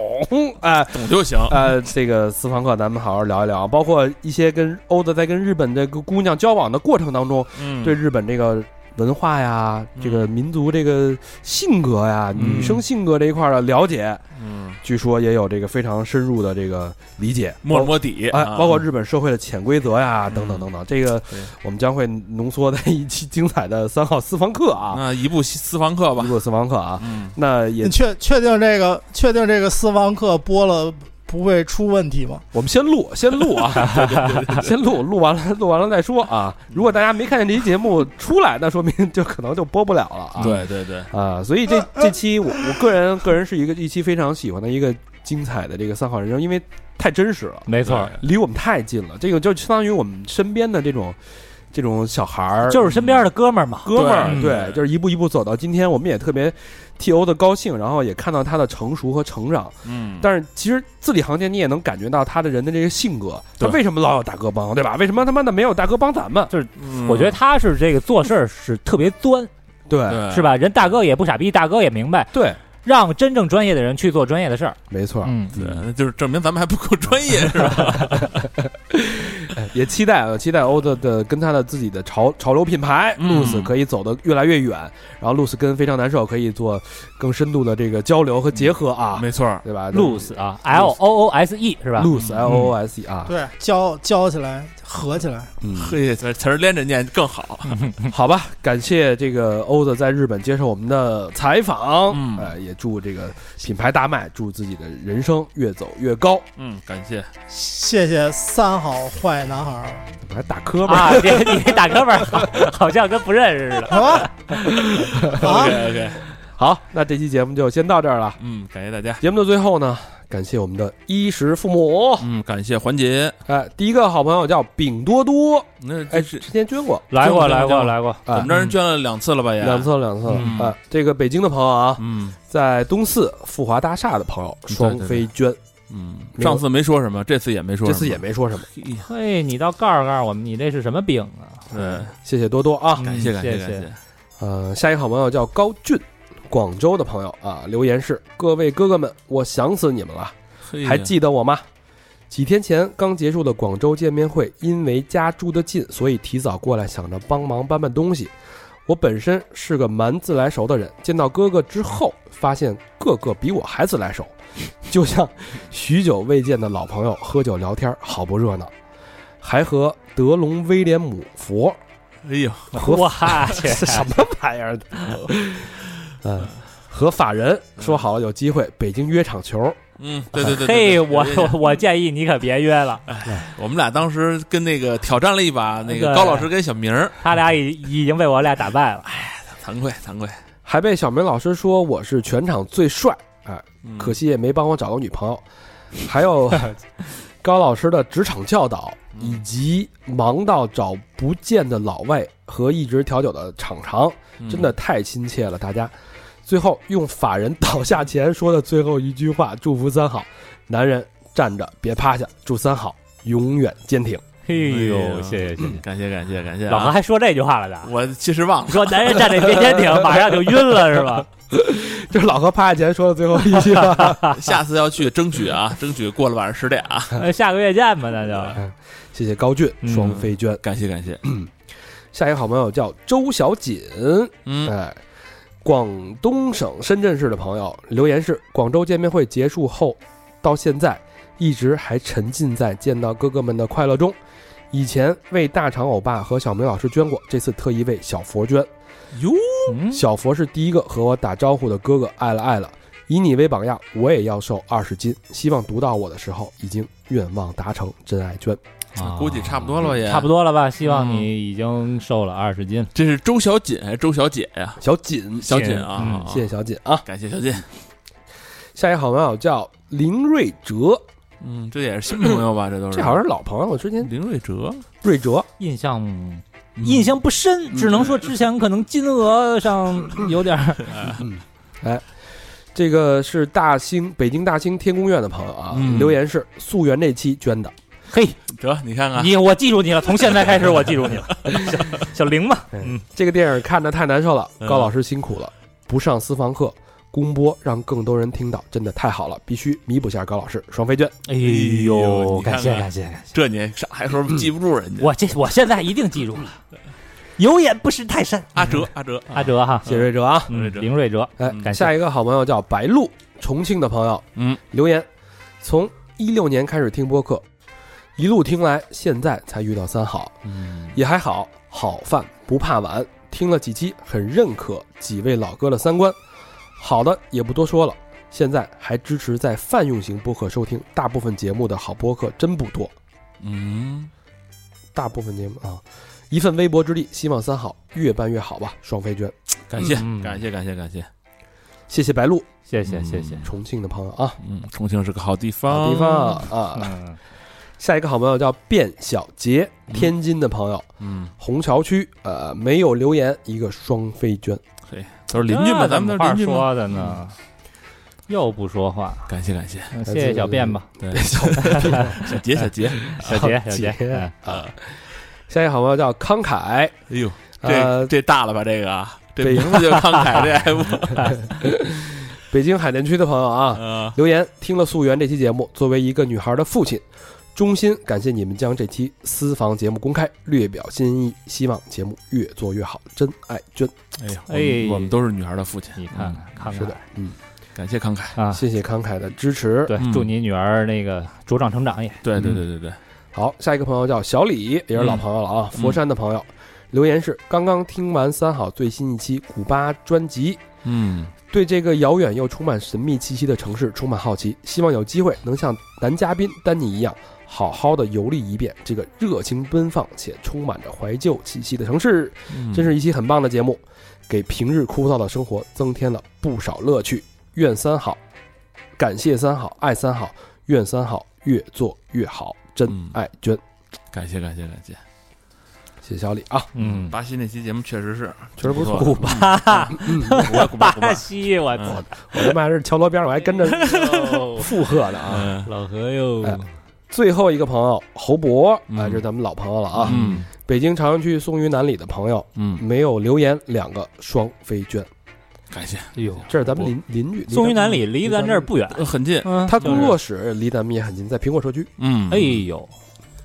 C: 哎。
B: 懂就 *laughs* 行。
C: 呃，这个私房课咱们好好聊一聊，包括一些跟欧子在跟日本这个姑娘交往的过程当中，
B: 嗯，
C: 对日本这个文化呀、这个民族这个性格呀、
B: 嗯
C: 女生性格这一块儿的了解，
B: 嗯，
C: 据说也有这个非常深入的这个理解，
B: 摸了摸底，
C: 哎，
B: 啊嗯
C: 包
D: 嗯
C: 括日本社会的潜规则呀，等等等等，这个
B: 对
C: 我们将会浓缩在一期精彩的三号私房课啊，
B: 那一部私房课吧
C: 一，个私房课啊，
B: 嗯，
C: 那也
E: 你确确定这个确定这个私房课播了不会出问题吗？
C: 我们先录，先录 *laughs* 啊，先录，录完了，录完了再说啊。如果大家没看见这期节目出来，那说明就可能就播不了了啊。
B: 对对对，
C: 啊，所以这这期我我个人个人是一个一期非常喜欢的一个精彩的这个三好人生，因为太真实了，
D: 没错，
C: 离我们太近了。这个就相当于我们身边的这种这种小孩儿，
D: 就是身边的哥们儿嘛。
C: 哥们儿，
B: 对
C: 对，
B: 嗯
C: 就是一步一步走到今天，我们也特别替欧的高兴，然后也看到他的成熟和成长。
B: 嗯，
C: 但是其实字里行间你也能感觉到他的人的这个性格，他
B: 对
C: 为什么老有大哥帮，对吧？为什么他妈的没有大哥帮咱们？
B: 嗯
D: 我觉得他是这个做事儿是特别钻，
C: 对
B: 对
D: 是？吧？人大哥也不傻逼，大哥也明白，
C: 对，
D: 让真正专业的人去做专业的事儿。
C: 没错。
D: 嗯，
B: 对，那就是证明咱们还不够专业，是吧？
C: 也期待啊，期待欧的的跟他的自己的潮潮流品牌
B: 嗯
C: Loose 可以走得越来越远，然后 Loose 跟非常难受可以做更深度的这个交流和结合啊，
B: *laughs* 没错儿，
C: 对吧
D: ，loose 啊，L O O S E 是吧？
C: ？Loose
B: 嗯
C: L O S E 啊，
E: 对，教教起来合起来，
C: 嗯
B: 嘿，这词儿连着念更好。
C: 好吧，感谢这个欧子在日本接受我们的采访，
B: 嗯
C: 呃，也祝这个品牌大卖，祝自己的人生越走越高。
B: 嗯，感谢，
E: 谢谢三好坏男孩儿。
C: 我还打磕巴，
D: 啊，你 *laughs* 你这大哥们儿好好像跟不认识似的。
C: *laughs*
E: 啊啊！
B: OK OK，
C: 好，那这期节目就先到这儿了。
B: 嗯，感谢大家，
C: 节目的最后呢，感谢我们的衣食父母，
B: 嗯，感谢环节，
C: 哎，第一个好朋友叫饼多多，
B: 那
C: 哎，
B: 这
C: 之
B: 是
C: 前捐过，
D: 来
B: 这
D: 过，
B: 么
D: 来过，
B: 这么
D: 来过。
C: 哎
B: 怎么着？人捐了两次了吧？也
C: 嗯两，次了，两次了。
B: 嗯
C: 哎，这个北京的朋友啊，
B: 嗯
C: 在东四富华大厦的朋友双飞捐，
B: 嗯，上次没说什么，这次也没说
C: 这
B: 什么，
C: 次也没说什么，
B: 嘿。
D: 嘿，你倒告诉告诉我们，你这是什么饼啊？
B: 对，
C: 谢谢多多啊。
D: 嗯
B: 感谢感
D: 谢
B: 感谢，
C: 呃，下一个好朋友叫高俊，广州的朋友啊，留言是：各位哥哥们，我想死你们了，
B: 嘿哎呀
C: 还记得我吗？几天前刚结束的广州见面会，因为家住得近，所以提早过来，想着帮忙搬搬东西。我本身是个蛮自来熟的人，见到哥哥之后，发现个个比我还自来熟，就像许久未见的老朋友喝酒聊天，好不热闹。还和德隆威廉姆佛
B: 哎呦，
D: 我去，
C: 是什么玩意儿？嗯，和法人说好了有机会北京约场球，
B: 嗯，对对对，对
D: 嘿，
B: 对
D: 我
B: 对对
D: 我我建议你可别约了，
B: 我们俩当时跟那个挑战了一把，那个
D: 对
B: 高老师跟小明儿，
D: 他俩已已经被我俩打败了。
B: 哎惭愧惭愧，
C: 还被小明老师说我是全场最帅，啊
B: 嗯
C: 可惜也没帮我找个女朋友。还
B: *laughs*
C: 有高老师的职场教导，
B: 嗯
C: 以及忙到找不见的老外和一直调酒的厂长，
B: 嗯
C: 真的太亲切了，大家。最后用法人倒下前说的最后一句话，祝福三好，男人站着别趴下，祝三好永远坚挺。
D: 嘿
B: 哎
D: 呦，
B: 呀
D: 谢谢谢谢，
B: 感谢感谢感谢啊，
D: 老何还说这句话了呢。
B: 我其实忘了，
D: 说男人站这边坚挺，马上就晕了是 *laughs* 吧？
C: 这是老何趴下前说的最后一句话。
B: *laughs* 下次要去争取 *laughs* 啊，争取过了晚上十点啊，
D: 那下个月见吧，那就
C: 嗯谢谢高俊
B: 嗯
C: 双飞娟，
B: 感谢感谢，
C: 下一个好朋友叫周小锦，
B: 嗯，
C: 哎，广东省深圳市的朋友留言是：广州见面会结束后到现在，一直还沉浸在见到哥哥们的快乐中。以前为大长欧巴和小明老师捐过，这次特意为小佛捐。
B: 哟，
D: 嗯
C: 小佛是第一个和我打招呼的哥哥，爱了爱了。以你为榜样，我也要瘦二十斤。希望读到我的时候，已经愿望达成，真爱捐。
B: 估计嗯差不多了吧也，
D: 啊差不
B: 多，
D: 多了吧？希望你已经瘦了二十斤。
B: 这是周小锦还是周小姐呀？
C: 小锦，
B: 小锦
D: 嗯
B: 啊啊，啊
C: 谢谢，小锦啊！
B: 感谢小锦，
C: 下一个好朋友叫林瑞哲，
B: 嗯，这也是新朋友吧？这都是
C: 这好像是老朋友，之前
B: 林瑞哲，
C: 瑞哲
D: 印象
B: 嗯
D: 印象不深，
B: 嗯
D: 只能说之前可能金额上有点儿
C: 这个是大兴北京大兴天宫院的朋友啊，
B: 嗯
C: 留言是溯源这期捐的，
D: *laughs* 嘿，
B: 哲，你看看，
D: 你我记住你了，从现在开始我记住你了， *laughs* 小小玲嘛，
C: 哎这个电影看着太难受了，
B: 嗯
C: 高老师辛苦了，不上私房课。公播让更多人听到，真的太好了，必须弥补一下高老师双飞捐。
D: 哎
B: 呦
D: 呦，
B: 你看看
D: 感谢感谢感谢，
B: 这你啥还说记不住人家？
D: 我这我现在一定记住了，有眼不识泰山。
B: 阿哲，阿哲，
D: 阿哲哈，
C: 谢瑞哲啊，
D: 嗯
B: 瑞哲
D: 林瑞哲，
C: 哎
B: 嗯，
D: 感谢
C: 下一个好朋友叫白露，重庆的朋友，
B: 嗯，
C: 留言，从一六年开始听播客，一路听来，现在才遇到三好，
B: 嗯，
C: 也还好，好饭不怕晚，听了几期，很认可几位老哥的三观，好的也不多说了。现在还支持在泛用型播客收听，大部分节目的好播客真不多，
B: 嗯，
C: 大部分节目啊，一份微薄之力，希望三好越办越好吧，双飞娟，
B: 感谢，
D: 嗯
B: 感谢，感谢，感谢。
C: 谢谢白露，
D: 谢谢谢谢。
C: 重庆的朋友啊，
B: 嗯，重庆是个好地方，
C: 好地方。啊，
D: 嗯，
C: 下一个好朋友叫卞小杰，天津的朋友，
B: 嗯，
C: 虹桥区，呃，没有留言，一个双飞娟，
B: 都是邻居
D: 那
B: 啊们，咱
D: 怎
B: 们
D: 么
B: 都是邻居
D: 话
B: 们。
D: 说的呢，又不说话，
B: 感谢，感谢。
D: 嗯谢谢小便吧，
B: 对， *laughs* 小小杰，小杰，哎
D: 小杰小杰，
C: 杰
D: 哎
B: 啊，
C: 下一个好朋友叫康凯，
B: 哎呦，这
C: 呃，
B: 这大了吧？这个啊，这
C: 北
B: 名字就慷慨，这还不
C: 北京海淀区的朋友啊，
B: 啊？
C: 留言听了溯源这期节目，作为一个女孩的父亲，衷心感谢你们将这期私房节目公开，略表心意，希望节目越做越好，真爱娟，
B: *laughs* 哎呀，我
D: 哎
B: 们我们都是女孩的父亲，嗯
D: 你看看看
C: 是的
D: 看，
B: 感谢慷慨。
D: 啊，
C: 谢谢康凯的支持。
D: 对
B: 嗯，
D: 祝你女儿那个茁壮成长也，
B: 对对对对对，
C: 好，下一个朋友叫小李，也是老朋友了啊，
B: 嗯
C: 佛山的朋友，留言是刚刚听完三好最新一期古巴专辑，
B: 嗯，
C: 对这个遥远又充满神秘气息的城市充满好奇，希望有机会能像男嘉宾丹尼一样，好好的游历一遍这个热情奔放且充满着怀旧气息的城市。
B: 嗯
C: 真是一期很棒的节目，给平日枯燥的生活增添了不少乐趣。愿三好，感谢三好，爱三好，愿三好越做越好。真
B: 嗯
C: 爱娟，
B: 感谢感谢感谢。
C: 谢谢小李啊，
D: 嗯，
B: 巴西那期节目确实 *laughs* 是，
C: 确实不错。啊 *laughs*
B: 古
C: 巴，
B: 巴古巴古巴
D: 巴，西，我操
B: 嗯，
C: 我他妈还是敲锣边儿，我还跟着 *laughs* 附和呢啊。
B: 嗯
D: 老何哟，
C: 哎最后一个朋友侯博，啊、
B: 嗯
C: 这是咱们老朋友了啊。
B: 嗯
C: 北京朝阳区松榆南里的朋友
B: 嗯，
C: 没有留言，两个双飞娟，
B: 感谢，
D: 哎呦，
C: 这是咱们邻邻居。
D: 松榆南里离咱这儿不远，
B: 呃很近，
D: 嗯，
C: 他工作室离咱们也很近，在苹果社区。
B: 嗯，
D: 哎，呦，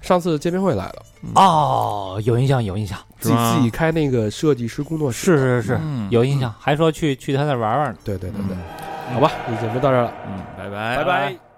C: 上次见面会来了，
D: 哦，有印象有印象，
C: 自
B: 是
C: 己
B: 吗
C: 自己开那个设计师工作室。
D: 是是是，
B: 嗯
D: 有印象，还说去去他那儿玩玩呢。
C: 对对对对，
B: 嗯
C: 好吧，这节目到这儿了，
B: 嗯，拜拜
C: 拜。